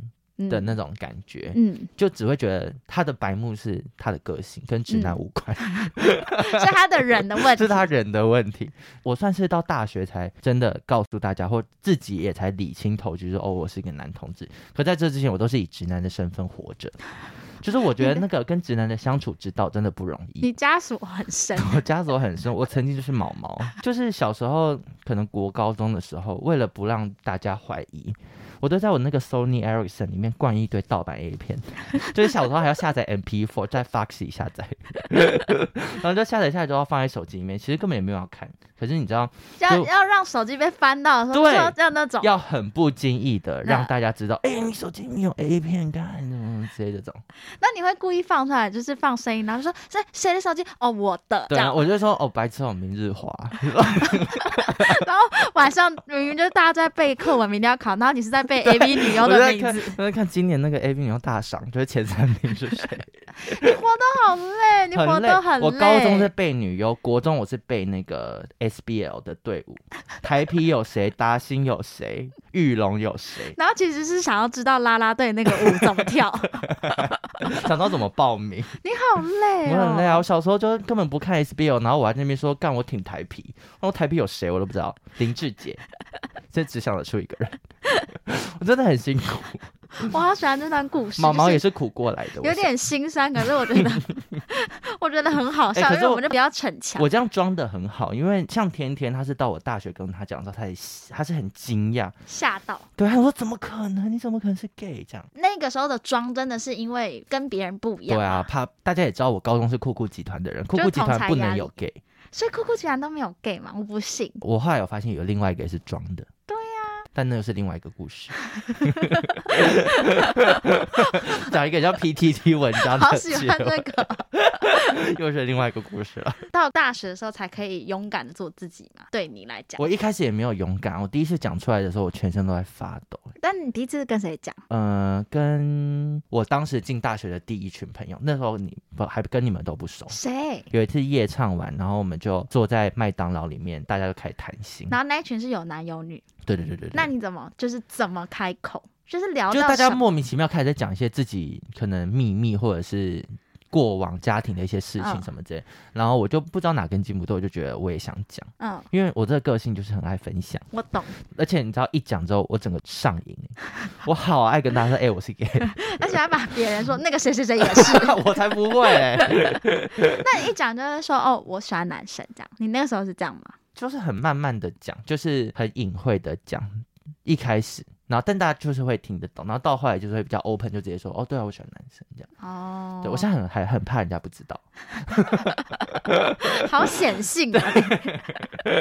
的那种感觉，
嗯。嗯
就只会觉得他的白目是他的个性，跟直男
嗯
无关。
是他的人的问
这
题。
是他人的问题。我算是到大学才真的告诉大家，或自己也才理清头绪，说哦，我是一个男同志。可在这之前，我都是以直男的身份活着。就是我觉 得那个跟直男的相处之道真的不容易。
你家属很深，
我枷锁很深，我曾经就是毛毛，就是小时候可能国高中的时候，为了不让大家怀疑，我都在我那个 Sony Ericsson 里面灌一堆盗版 A 片，就是小时候还要下载 MP4，在 Foxy 下载，然后就下载下来之后放在手机里面，其实根本也没有要看，可是你知道
要
就
要让手机被翻到的时候，
对
就要要那种。
要很不经意的
那
让大家知道，哎、你手机里面有 A 片干什么之类的这种，
那你会故意放出来，就是放声音，然后说谁谁的手机？哦，我的。这
对啊，
样，
我就说哦，白痴哦，明日华，
然后晚上明明就是大家在背课文，明天要考，然后你是在背 A B 女优
我就
的
在
名
看
字，，
我在看今年那个 A 片女优大赏，就是前三名是谁？
你活得好累，你活
很累
得很累。
我高中是背女优，国中我是背那个 SBL 的队伍，台啤有谁，达兴有谁，玉龙有谁，
然后其实是想要知道啦啦队那个舞怎么跳，
想到怎么报 名，
你好累
我
哦，
很累啊！我小时候就根本不看 SBL，然后我还在那边说干我挺台啤，然后台啤有谁我都不知道，林志杰， 这只想得出一个人， 我真的很辛苦，
我好喜欢这段故事。
毛毛
就是
也是苦过来的，我
有
想
点心酸，可是我觉得，我我觉得很好笑，
哎可
因
是
为我
我
们就比较逞强
我。这样装的很好，因为像甜甜，她是到我大学跟她讲的时候，她也她是很惊讶，
吓到。
对，她说怎么可能？你怎么可能是 gay 这样？
那个时候的妆真的是因为跟别人不一样，
对啊，，怕大家也知道我高中是酷酷集团的人，酷酷集团不能有 gay。
所以酷酷集团都没有 gay 嘛，我不信。
我后来有发现有另外一个也是装的，对
嗯
呀、但那又是另外一个故事。 讲一个叫 PTT 文章
好
的
喜
结
欢
尾，
这个，
又是另外一个故事了。
到大学的时候才可以勇敢的做自己嘛。对你来讲，
我一开始也没有勇敢，我第一次讲出来的时候，我全身都在发抖。
但你第一次跟谁讲？
嗯、跟我当时进大学的第一群朋友，那时候你不还跟你们都不熟。
谁？
有一次夜唱完，然后我们就坐在麦当劳里面，大家就开始谈心。
然后那一群是有男有女，
对对对对对。
那你怎么就是怎么开口？就是聊
嗯就
到
大家
什么
莫名其妙开始在讲一些自己可能秘密或者是过往家庭的一些事
嗯
情什么之类，然后我就不知道哪根筋不对，我就觉得我也想讲，
嗯，
因为我这个个性就是很爱分享，
我懂。
而且你知道一讲之后我整个上瘾，我好爱跟大家说，哎、我是 gay，
而且还把别人说那个谁谁谁也是，
我才不会、
那你一讲就是说哦，我喜欢男生这样。你那个时候是这样吗？
就是很慢慢的讲，就是很隐晦的讲，一开始。然后，但大家就是会听得懂，然后到后来就是会比较 open，就直接说，哦，对啊，我喜欢男生这样。
哦，
对我现在很还很怕人家不知道，
哦好显性啊！你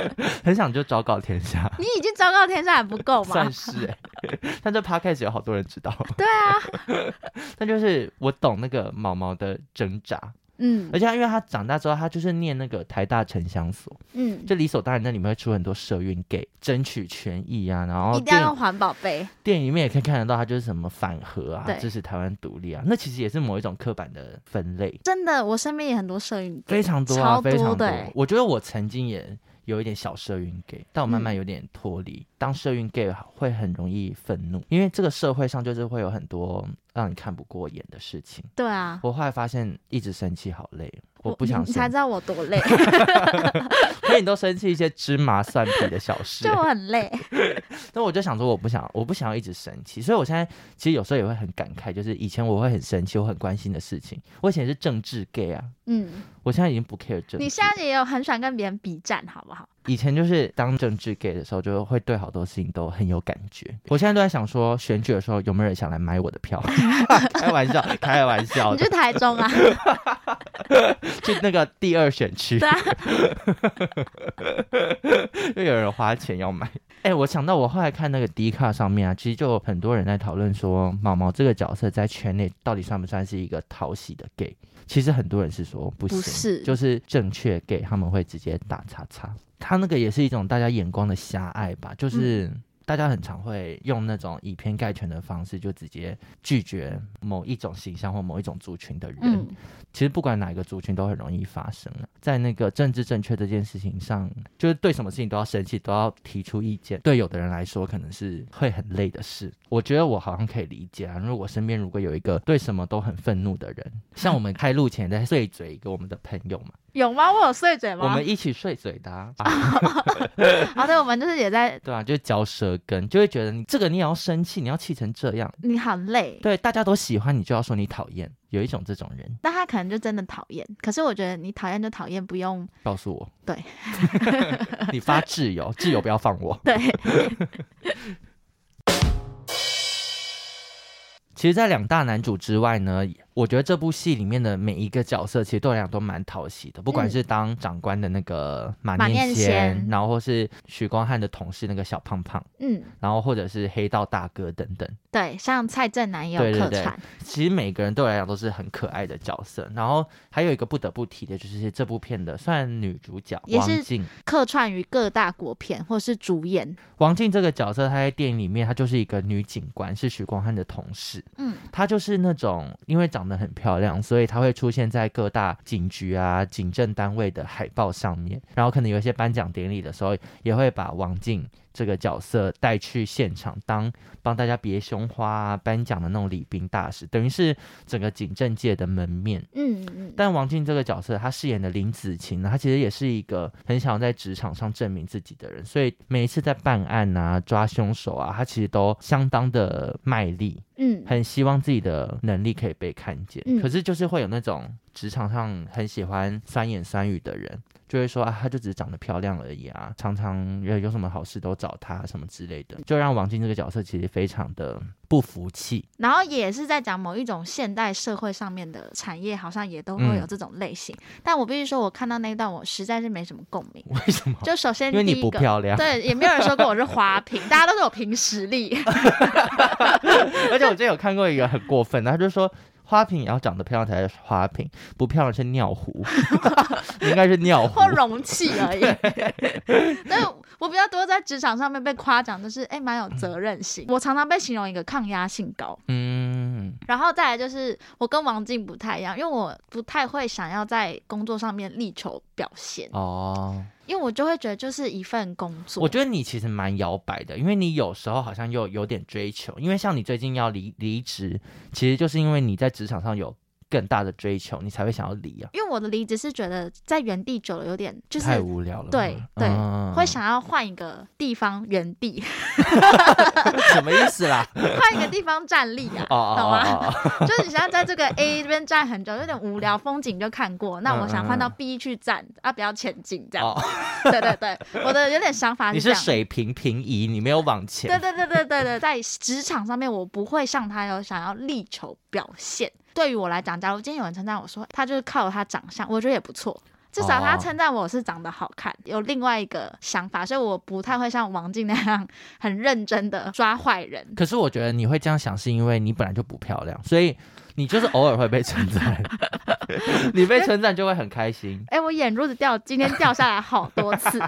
很想就昭告天下。
你已经昭告天下还不够吗
算？是哎、 但这 podcast 有好多人知道。
对啊，
但就是我懂那个毛毛的挣扎，
嗯
而且他因为他长大之后，他就是念那个台大城乡所，
嗯，
就理所当然那里面会出很多社运给争取权益啊，然后
一定要
电
用环保杯。
电影里面也可以看得到，他就是什么反核啊
对，
支持台湾独立啊，那其实也是某一种刻板的分类，
真的，我身边也很多摄影
非常多
超
啊，
多
非常
的
多
欸。
我觉得我曾经也。有一点小社运 gay，但我慢
嗯
慢有点脱离。当社运 gay 会很容易愤怒，因为这个社会上就是会有很多让你看不过眼的事情。
对啊，
我后来发现，一直生气好累，我不想
你你才
生
知
气，
道我多 累，
因为你都生气一些芝麻蒜皮的小事
就。我很累。
但我就想说，我不想，我不想要一直生气，所以我现在其实有时候也会很感慨，就是以前我会很生气，我很关心的事情，我以前是政治 gay 啊，
嗯，
我现在已经不 care 政治。
你现在也有很喜欢跟别人比战，好不好？
以前就是当政治 gay 的时候，就会对好多事情都很有感觉。我现在都在想说，选举的时候有没有人想来买我的票？ 开玩笑，开玩笑
你
的
去，台中啊？
去那个第二选区，
对啊，
又有人花钱要买。哎、我想到我后来看那个 D 卡上面啊，其实就有很多人在讨论说，毛毛这个角色在圈内到底算不算是一个讨喜的 gay？其实很多人是说 不行，
不是
就是正确 gay 他们会直接打叉叉。他那个也是一种大家眼光的狭隘吧，就是。大家很常会用那种以偏概全的方式，就直接拒绝某一种形象或某一种族群的人。
嗯，
其实不管哪一个族群都很容易发生啊，在那个政治正确这件事情上，就是对什么事情都要生气，都要提出意见。对有的人来说，可能是会很累的事。我觉得我好像可以理解啊，因为我身边如果有一个对什么都很愤怒的人，像我们开录前在碎嘴一个我们的朋友嘛，
有吗？我有碎嘴
我
吗？
们一起碎嘴的啊、啊
哦，对，我们就是也在。
对啊，就是嚼舌根，就会觉得你这个你也要生气，你要气成这样，
你好累，
对，大家都喜欢你就要说你讨厌，有一种这种人，
但他可能就真的讨厌。可是我觉得你讨厌就讨厌，不用
告诉我，
对，
你发挚友，挚友不要放我。
对。
其实，在两大男主之外呢，我觉得这部戏里面的每一个角色，其实对我来讲都蛮讨喜的。不管是当长官的那个马
嗯马念
念
先
先，然后或是许光汉的同事那个小胖胖，
嗯，
然后或者是黑道大哥等等，
对，像蔡正南也有
对对
客
对
串，
其实每个人对我来讲都是很可爱的角色。然后还有一个不得不提的，就是这部片的算女主角
也是
王静。
客串于各大国片或是主演。
王静这个角色，她在电影里面她就是一个女警官，是许光汉的同事。
嗯，
她就是那种因为长得很漂亮，所以她会出现在各大警局啊、警政单位的海报上面。然后可能有一些颁奖典礼的时候，也会把王静这个角色带去现场当帮大家别胸花啊、颁奖的那种礼宾大使，等于是整个警政界的门面。
嗯嗯，
但王静这个角色，她饰演的林子晴呢，她其实也是一个很想要在职场上证明自己的人，所以每一次在办案啊、抓凶手啊，她其实都相当的卖力，
嗯，
很希望自己的能力可以被看见
嗯。
可是就是会有那种职场上很喜欢酸言酸语的人，就会说啊，她就只是长得漂亮而已啊，常常有有什么好事都找她什么之类的，就让王晶这个角色其实非常的不服气。
然后也是在讲某一种现代社会上面的产业，好像也都会有
嗯
这种类型。但我必须说，我看到那一段，我实在是没什么共鸣。
为什么？
就首先
因为
第
你
一
不
个，
漂亮。
对，也没有人说过我是花瓶，大家都是我凭实 力。
而且我之前有看过一个很过分的，他就说。花瓶也要长得漂亮才是花瓶，不漂亮是尿壶， 你应该是尿壶
或。容器而已。但我比较多在职场上面被夸奖，就是哎，蛮、有责任心。我常常被形容一个抗压性高，
嗯，
然后再来就是我跟王静不太一样，因为我不太会想要在工作上面力求表现，
哦，
因为我就会觉得就是一份工作。
我觉得你其实蛮摇摆的，因为你有时候好像又有点追求，因为像你最近要离离职，其实就是因为你在职场上有更大的追求，你才会想要离啊，
因为我的离职是觉得在原地久了有点就是
太无聊了嘛。
对对
嗯
会想要换一个地方原地，
什么意思啦？
换一个地方站立啊，
哦哦
懂吗？
哦哦，
就是你想要在这个 A 这边站很久，有点无聊，风景就看过。那我想换到
嗯
B 去站，啊，不要前进这样。
哦
对对对，我的有点想 法
你
这
是
样。
水平平移，你没有往前。
对对对对对对，在职场上面，我不会像他有想要力求表现。对于我来讲，假如今天有人称赞我说他就是靠他长相，我觉得也不错。至少他
哦
称赞我是长得好看，有另外一个想法，所以我不太会像王静那样 很认真的抓坏人。
可是我觉得你会这样想，是因为你本来就不漂亮，所以你就是偶尔会被称赞， 你被称赞就会很开心。
哎、我眼珠子掉，今天掉下来好多 次。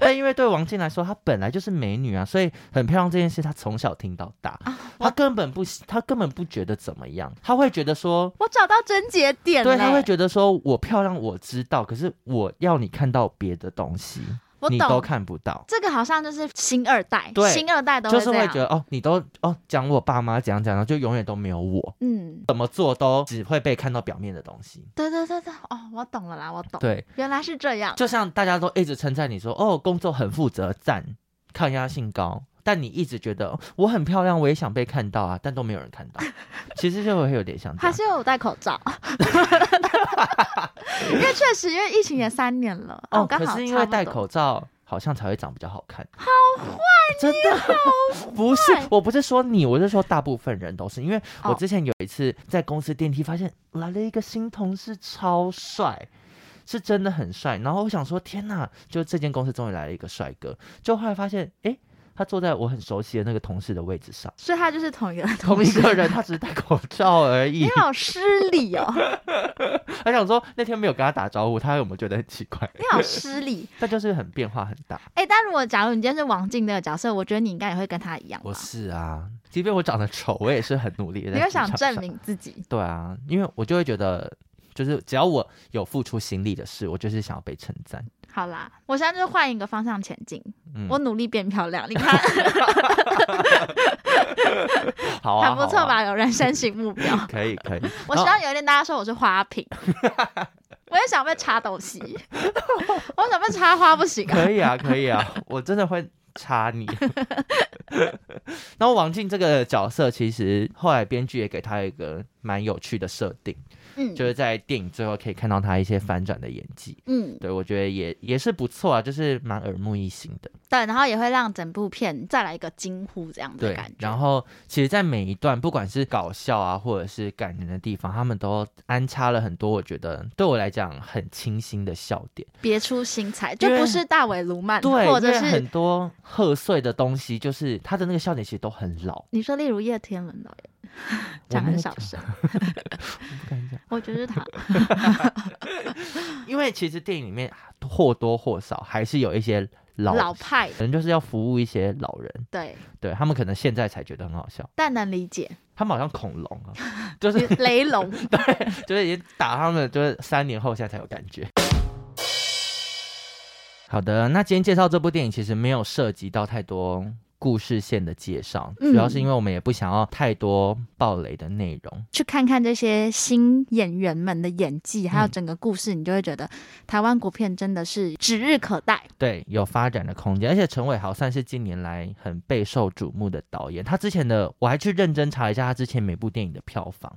但因为对王静来说，她本来就是美女啊，所以很漂亮这件事，她从小听到大，
啊
她根本不，她根本不觉得怎么样，她会觉得说，
我找到症结点了、
对，她会觉得说我漂亮我知道，可是我要你看到别的东西，
我
你都
懂，
看不到。
这个好像就是新二代，
对
新二代都
就是
这
会
样。
觉得哦，你都哦讲我爸妈怎样怎样，就永远都没有我，
嗯，
怎么做都只会被看到表面的东西。
对对对对，哦，我懂了啦，我懂，
对，
原来是这样。
就像大家都一直称赞你说哦，工作很负责，赞，抗压性高，但你一直觉得哦我很漂亮，我也想被看到啊，但都没有人看到，其实就会有点像 这
还
样
是。因为我戴口罩， 因为确实，因为疫情也三年了，
哦，
刚
可
好
是因为戴
差不多，
口罩，好像才会长比较好看。好坏，真的 不是，我不是说你，我是说大部分人都是。因为我
哦
之前有一次在公司电梯发现来了一个新同事，超帅。是真的很帅，然后我想说，天哪！就这间公司终于来了一个帅哥，就后来发现，诶，他坐在我很熟悉的那个同事的位置上，
所以他就是同一个
同
同
一
事
个。人，他只是戴口罩而 已
你。好失礼哦，
他想说那天没有跟他打招呼，他有没有觉得很奇怪？
你好失礼。
但就是很变化很大。
哎、但如果假如你今天是王静的角色，我觉得你应该也会跟他一样吧
我？是啊，即便我长得丑，我也是很努力的。
你会想证？明自己，
对啊，因为我就会觉得，就是只要我有付出心力的事，我就是想要被称赞。
好啦，我现在就是换一个方向前进，
嗯
我努力变漂亮，你 看
好啊，
还不错
好啊？
吧？有人生新目标。
可以可以，
我 希望有一天大家说我是花瓶，我也想被插东西， 我想被插花不行 啊。
可以啊，可以啊，我真的会插 你。然后王静这个角色，其实后来编剧也给他一个蛮有趣的设定，
嗯
就是在电影最后可以看到他一些反转的演技。
嗯，
对，我觉得也也是不错啊，就是蛮耳目一新的。
对，然后也会让整部片再来一个惊呼这样的
对
感觉，。
然后其实，在每一段不管是搞笑啊，或者是感人的地方，他们都安插了很多我觉得对我来讲很清新的笑点。
别出心裁，
因
就
为
不是大尾卢曼，
对，
嗯或者
因为很
是
多贺岁的东西，就是他的那个笑点其实都很老。
你说例如叶天文导演， 讲
没
很
有
小
讲
声，
不敢讲，
我觉得是他，
因为其实电影里面或多或少还是有一些 老
老派
可能就是要服务一些老人，
对，
对他们可能现在才觉得很好笑。
但能理解
他们好像恐龙啊， 就是
雷龙。
就是已经打他们，就是三年后现在才有感觉。好的，那今天介绍这部电影其实没有涉及到太多故事线的介绍，
嗯
主要是因为我们也不想要太多暴雷的内容。
去看看这些新演员们的演技，还有
嗯
整个故事，你就会觉得台湾国片真的是指日可待。
对，有发展的空间。而且陈伟豪算是近年来很备受瞩目的导演。他之前的我还去认真查了一下他之前每部电影的票房，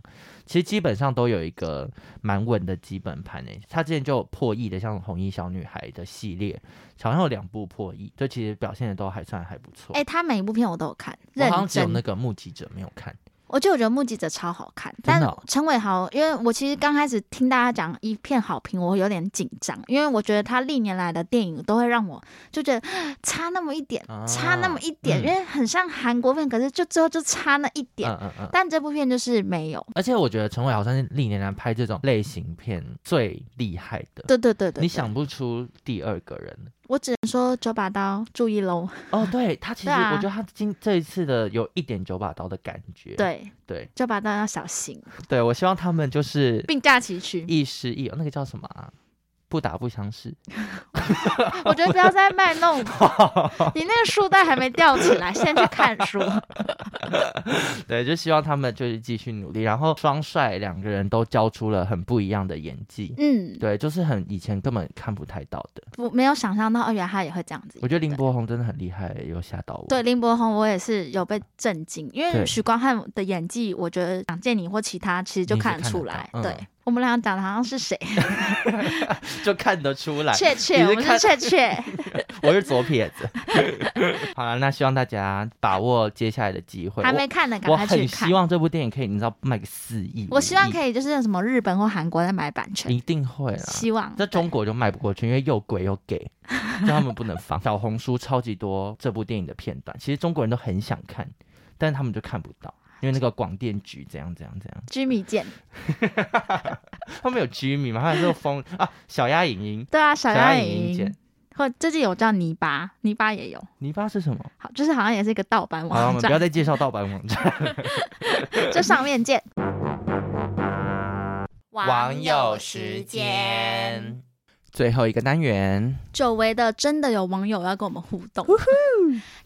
其实基本上都有一个蛮稳的基本盘诶。他之前就有破亿的，像《红衣小女孩》的系列，好像有两部破亿，这其实表现的都还算还不错。
哎、他每一部片我都有看，
哦我
认
好像只有
真
那个《目击者》没有看。
我就觉得《目击者》超好看，
真
但
的哦
陈伟豪，因为我其实刚开始听大家讲一片好评，我有点紧张，因为我觉得他历年来的电影都会让我就觉得 差那么一点，
啊
差那么一点，
嗯
因为很像韩国片，可是就最后就差那一点。
嗯嗯嗯。
但这部片就是没有，
而且我觉得陈伟豪算是历年来拍这种类型片最厉害的。
对对对对，
你
对
想不出第二个人
我只能说九把刀注意 喽，
哦，对他其实，
对啊
我觉得他今这一次的有一点九把刀的感觉。
对，
对
九把刀要小心，
对，我希望他们就是
并驾齐 驱。
亦师亦友，那个叫什么啊？不打不相识。
我觉得不要再卖弄我， 你那个书袋还没吊起来，先去看书。
对，就希望他们就是继续努力，然后双帅两个人都交出了很不一样的演技。
嗯，
对，就是很以前根本看不太到的。
不没有想象到，哦，原来他也会这样子。
我觉得林柏宏真的很厉害，有吓到我。
对林柏宏，我也是有被震惊，因为
对
许光汉的演技，我觉得想见你或其他，其实就
你是
看得
看得
出
到
来。
嗯
对我们俩讲的好像 是谁，
就看得出来，
雀
你
雀，
是
我们是
看
雀雀。
我是左撇子。 好了，那希望大家把握接下来的机会。
还没看的，赶
我我
快去
很
看
希。望这部电影可以，你知道卖个四亿。
我希望
以。
可以就是什么日本或韩国在买版权，
一定会啦。
希望
在中
对
国就卖不过去，因为又贵又给， 就他们不能放。小红书超级多这部电影的片段，其实中国人都很想看，但是他们就看不到，因为那个广电局怎样怎样怎样，
居米见。
他们有居民嘛，他们就 封啊小鸭影音，
对啊，小
鸭
鸭
影音
影
见
音，或最近有叫泥巴，泥巴也有，
泥巴是什么？
好，就是好像也是一个盗版
好了，我
网
们不要
站，
再介绍盗版网站。
这上面见。
最后一个单元，
久违的，真的有网友要跟我们互动。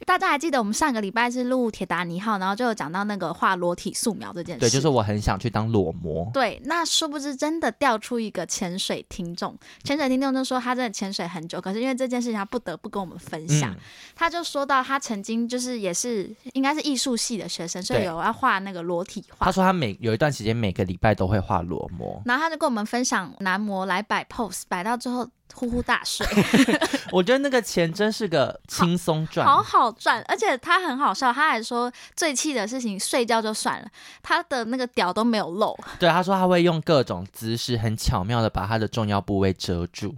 大家还记得我们上个礼拜是录《铁达尼号》，然后就有讲到那个画裸体素描这件事。
对，就是我很想去当裸模。
对那殊不知真的调出一个潜水听众，潜水听众就说他真的潜水很久，可是因为这件事情他不得不跟我们分享。
嗯，
他就说到他曾经就是也是应该是艺术系的学生，所以
对
有要画那个裸体画
他。说他每有一段时间每个礼拜都会画裸模，
然后他就跟我们分享男模来摆 pose，摆到最后呼呼大睡。
我觉得那个钱真是个轻松赚，
好好赚，而且他很好笑，他还说最气的事情睡觉就算了，他的那个屌都没有 露，
对，他说他会用各种姿势很巧妙的把他的重要部位遮住。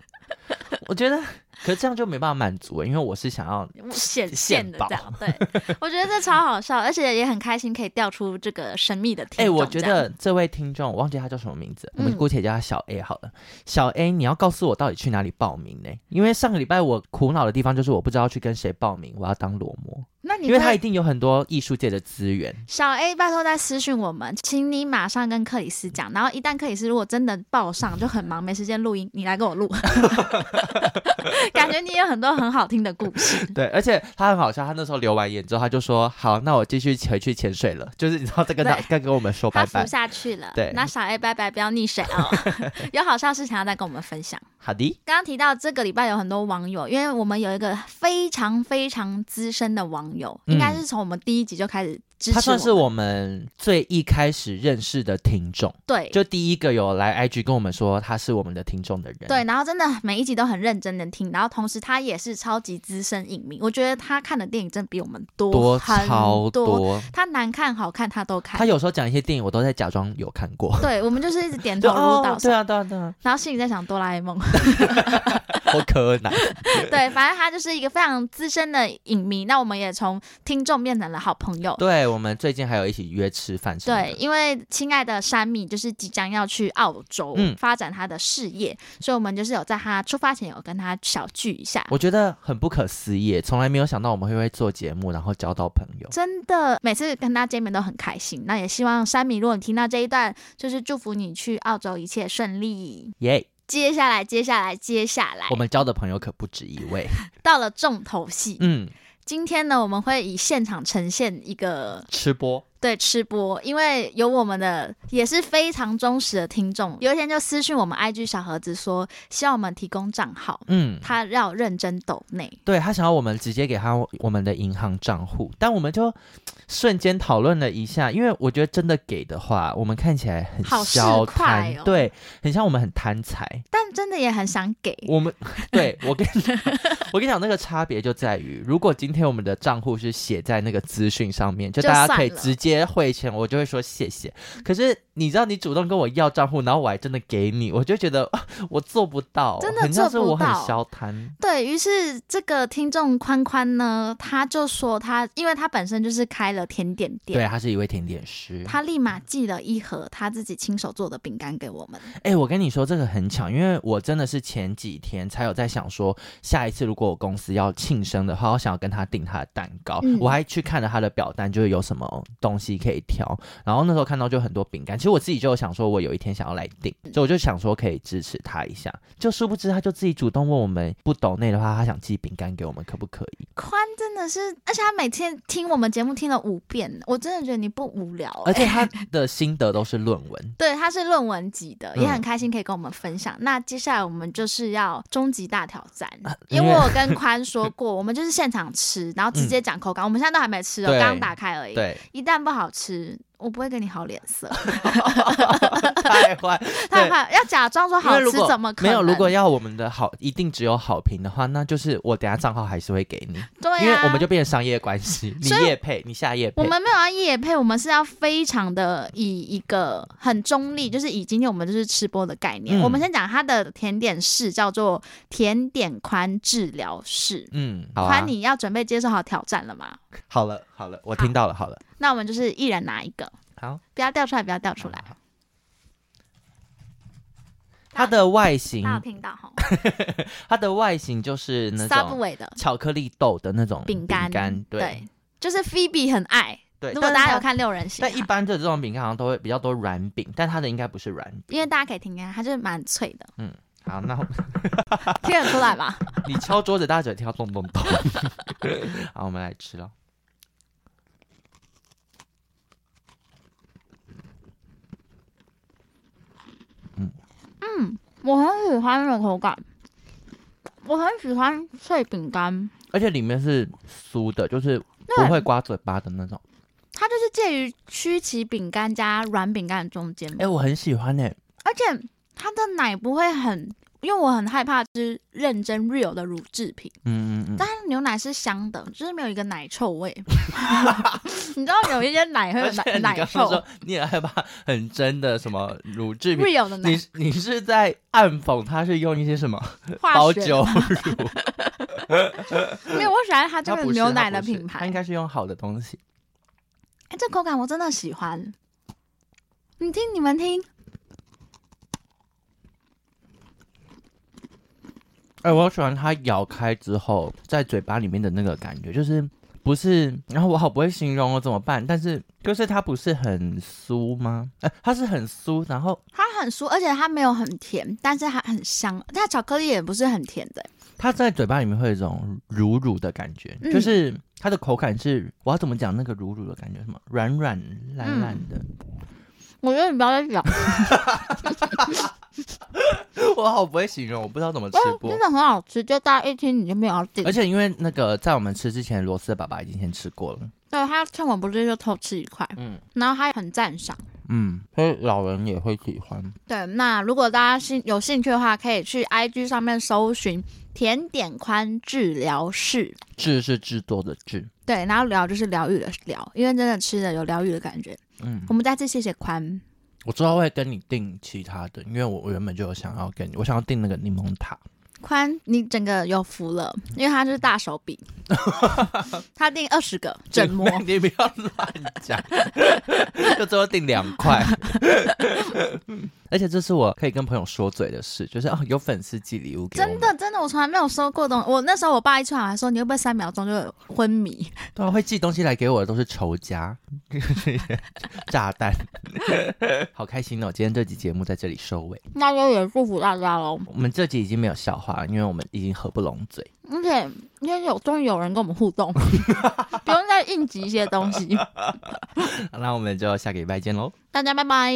我觉得，可是这样就没办法满足，欸因为我是想要
显
现
现的
宝
这样。对，我觉得这超好笑，而且也很开心可以调出这个神秘的听众。
哎、我觉
这样
得这位听众，我忘记他叫什么名字，我
嗯
们姑且叫他小 A 好了。小 A，你要告诉我到底去哪里报名呢？因为上个礼拜我苦恼的地方就是我不知道去跟谁报名，我要当裸模，
那你
因为他一
会
定有很多艺术界的资源。
小 A 拜托再私讯我们，请你马上跟克里斯讲，然后一旦克里斯如果真的报上，就很忙没时间录音，你来跟我 录。感觉你有很多很好听的故事，
对，而且他很好笑，他那时候留完言之后，他就说：“好，那我继续回去潜水了。”就是你知道在跟他
对
在跟我们说
他
拜
服
拜。
下去了。
对
那小 A 拜拜，不要溺水哦。 有好笑事情要再跟我们分享。
好的，
刚刚提到这个礼拜有很多网友，因为我们有一个非常非常资深的网友，
嗯
应该是从我们第一集就开始支持
他算是
我们
我们最一开始认识的听众，
对
就第一个有来 IG 跟我们说他是我们的听众的人。
对，，然后真的每一集都很认真的听，然后同时他也是超级资深影迷，我觉得他看的电影真的比我们多
多
很
超
多，
多。
他难看好看他都
他
看。
有时候讲一些电影，我都在假装有看过。
对，我们就是一直点
就
头如捣
哦，对
蒜，
啊，对啊，对啊，
然后心里在想哆啦 A 梦。
好可爱。
对，反正他就是一个非常资深的影迷。那我们也从听众变成了好朋友。
对我们最近还有一起约吃饭什么
对，
的。
因为亲爱的山米就是即将要去澳洲
嗯
发展他的事业，所以我们就是有在他出发前有跟他小聚一下。
我觉得很不可思议，从来没有想到我们会会做节目，然后交到朋友。
真的，每次跟他见面都很开心。那也希望山米，如果你听到这一段，就是祝福你去澳洲一切顺利。
耶、
接下来，接下来，接下来
我，们交的朋友可不止一位。
到了重头戏，
嗯，
今天呢，我们会以现场呈现一个
吃播，
对吃播，因为有我们的也是非常忠实的听众，有一天就私讯我们 IG 小盒子说，希望我们提供账号，
嗯，
他要认真抖内。
对他想要我们直接给他我们的银行账户，但我们就瞬间讨论了一下，因为我觉得真的给的话，我们看起来很
好市
消
侩
贪，
哦
对，很像我们很贪财。
但真的也很想给，
我们对我跟你讲，我跟你讲，那个差别就在于，如果今天我们的账户是写在那个资讯上面，就
就
大家
算
可以
了
直接汇钱，我就会说谢谢。可是你知道，你主动跟我要账户，然后我还真的给你，我就觉得、 啊我做不到，
真的
很像
做
是
不
我很
到
消贪。
对于是这个听众宽宽呢，他就说他，因为他本身就是开了甜点
对，
店，
他是一位甜点师。
他立马寄了一盒他自己亲手做的饼干给我们。
哎、我跟你说，这个很巧，因为我真的是前几天才有在想说，下一次如果我公司要庆生的话，我想要跟他订他的蛋糕。
嗯
我还去看了他的表单，就是有什么东西可以挑。然后那时候看到就很多饼干，其实我自己就有想说，我有一天想要来订，
嗯
所以我就想说可以支持他一下。就殊不知他就自己主动问我们，不抖内的话，他想寄饼干给我们，可不可以？
宽真的是，而且他每天听我们节目听了五遍，我真的觉得你不无聊、
而
欸。
且他的心得都是论文。
对，他是论文集的，
嗯
也很开心可以跟我们分享。那接下来我们就是要终极大挑战，
啊因
因
为
为我跟宽说过，我们就是现场吃，然后直接讲口感。我们现在都还没吃哦，
对
刚刚打开而已。
对，
一旦不好吃，我不会给你好脸色。
太坏，
太怕要假装说
因
哦好
为如
吃，
果
怎么可
没
能？
有？如果要我们的好，一定只有好评的话，那就是我等下账号还是会给你，
对
因为
呀、啊，
我们就变成商业关系，你
所以
业配，你下业
我
配。
们没有要夜配，我们是要非常的以一个很中立，就是以今天我们就是吃播的概念。
嗯
我们先讲它的甜点室叫做甜点宽治疗室。
嗯，好啊
宽，，你要准备接受好挑战了吗？
好了，好了，我听到了，好了，
那我们就是一人拿一个，
好，
不要掉出来，不要掉出来。
好。好它的外形
大，家有听到 哈
它的外形就是那种
，Subway 的
巧克力豆的那种
饼
干
干，，
对
就是 Phoebe 很爱。
对。
如
但
果
是
大家
它
有，看六人行，
但一般的这种饼干好像都会比较多软饼，但它的应该不是软。
因为大家可以听听啊看，它就是蛮脆的，
好，那我们
听得出来吧？
你敲桌子，大家只会听到咚咚咚。 好，我们来吃了。
我很喜欢那种口感，我很喜欢脆饼干，
而且里面是酥的，就是不
那
会刮嘴巴的那种。
它就是介于曲奇饼干加软饼干的中间
哎、，我很喜欢哎、
而且它的奶不会很，因为我很害怕吃认真 real 的乳制品，
嗯嗯嗯，
但是牛奶是香的，就是没有一个奶臭 味。你知道有一些奶会有
而且
奶
你刚
奶
刚
臭
说你也害怕很真的什么乳制品，
，real 的奶
你你是在暗讽他是用一些什么包
化学
酒
的
乳？
没有，我喜欢它这
它
个
不是
牛
它
奶
不
的
是
品
它
牌
应。该是用好的东西。
哎、这口感我真的喜欢。你听，你们听，
哎、我好喜欢它咬开之后在嘴巴里面的那个感觉，就是不是？然后我好不会形容哦，怎么办？但是就是它不是很酥吗？哎、它是很酥，然后
它很酥，而且它没有很甜，但是它很香。它巧克力也不是很甜的，
它在嘴巴里面会有一种乳乳的感觉，
嗯
就是它的口感是，我要怎么讲那个乳乳的感觉？什么软软
嗯
烂烂的，
我觉得你不要再讲，
我好不会形容，我不知道怎么吃
哦，
播
真。的很好吃，就大家一听你就没有要订
而。且因为那个在我们吃之前，罗斯的爸爸已经先吃过了，
对，他趁我不注意就偷吃一块，
嗯
然后他很赞赏。
嗯，所以老人也会喜欢。
对，那如果大家兴有兴趣的话，可以去 IG 上面搜寻“甜点宽治疗室
制是制作的制，”。
对，然后聊就是疗愈的疗，因为真的吃的有疗愈的感觉。
嗯，
我们再次谢谢宽，
我之后会跟你订其他的，因为我原本就有想要跟你，我想要订那个柠檬塔，
宽，你整个有福了，因为他就是大手笔，他订二十个整模，
你 不要乱讲，就最后订两块。而且这是我可以跟朋友说嘴的事，就是哦，有粉丝寄礼物给我
真
们，
的真的，我从来没有收过东我那时候我爸一出来我还说你会不会三秒钟就昏迷？
对啊，会寄东西来给我的都是仇家， 炸弹， 好开心哦！今天这期节目在这里收尾，
那就也祝福大家喽。
我们这集已经没有笑话了，因为我们已经合不拢嘴。
而且因为有终于有人跟我们互动，不用再应急一些东西。
那我们就下个礼拜见喽。
大家拜拜。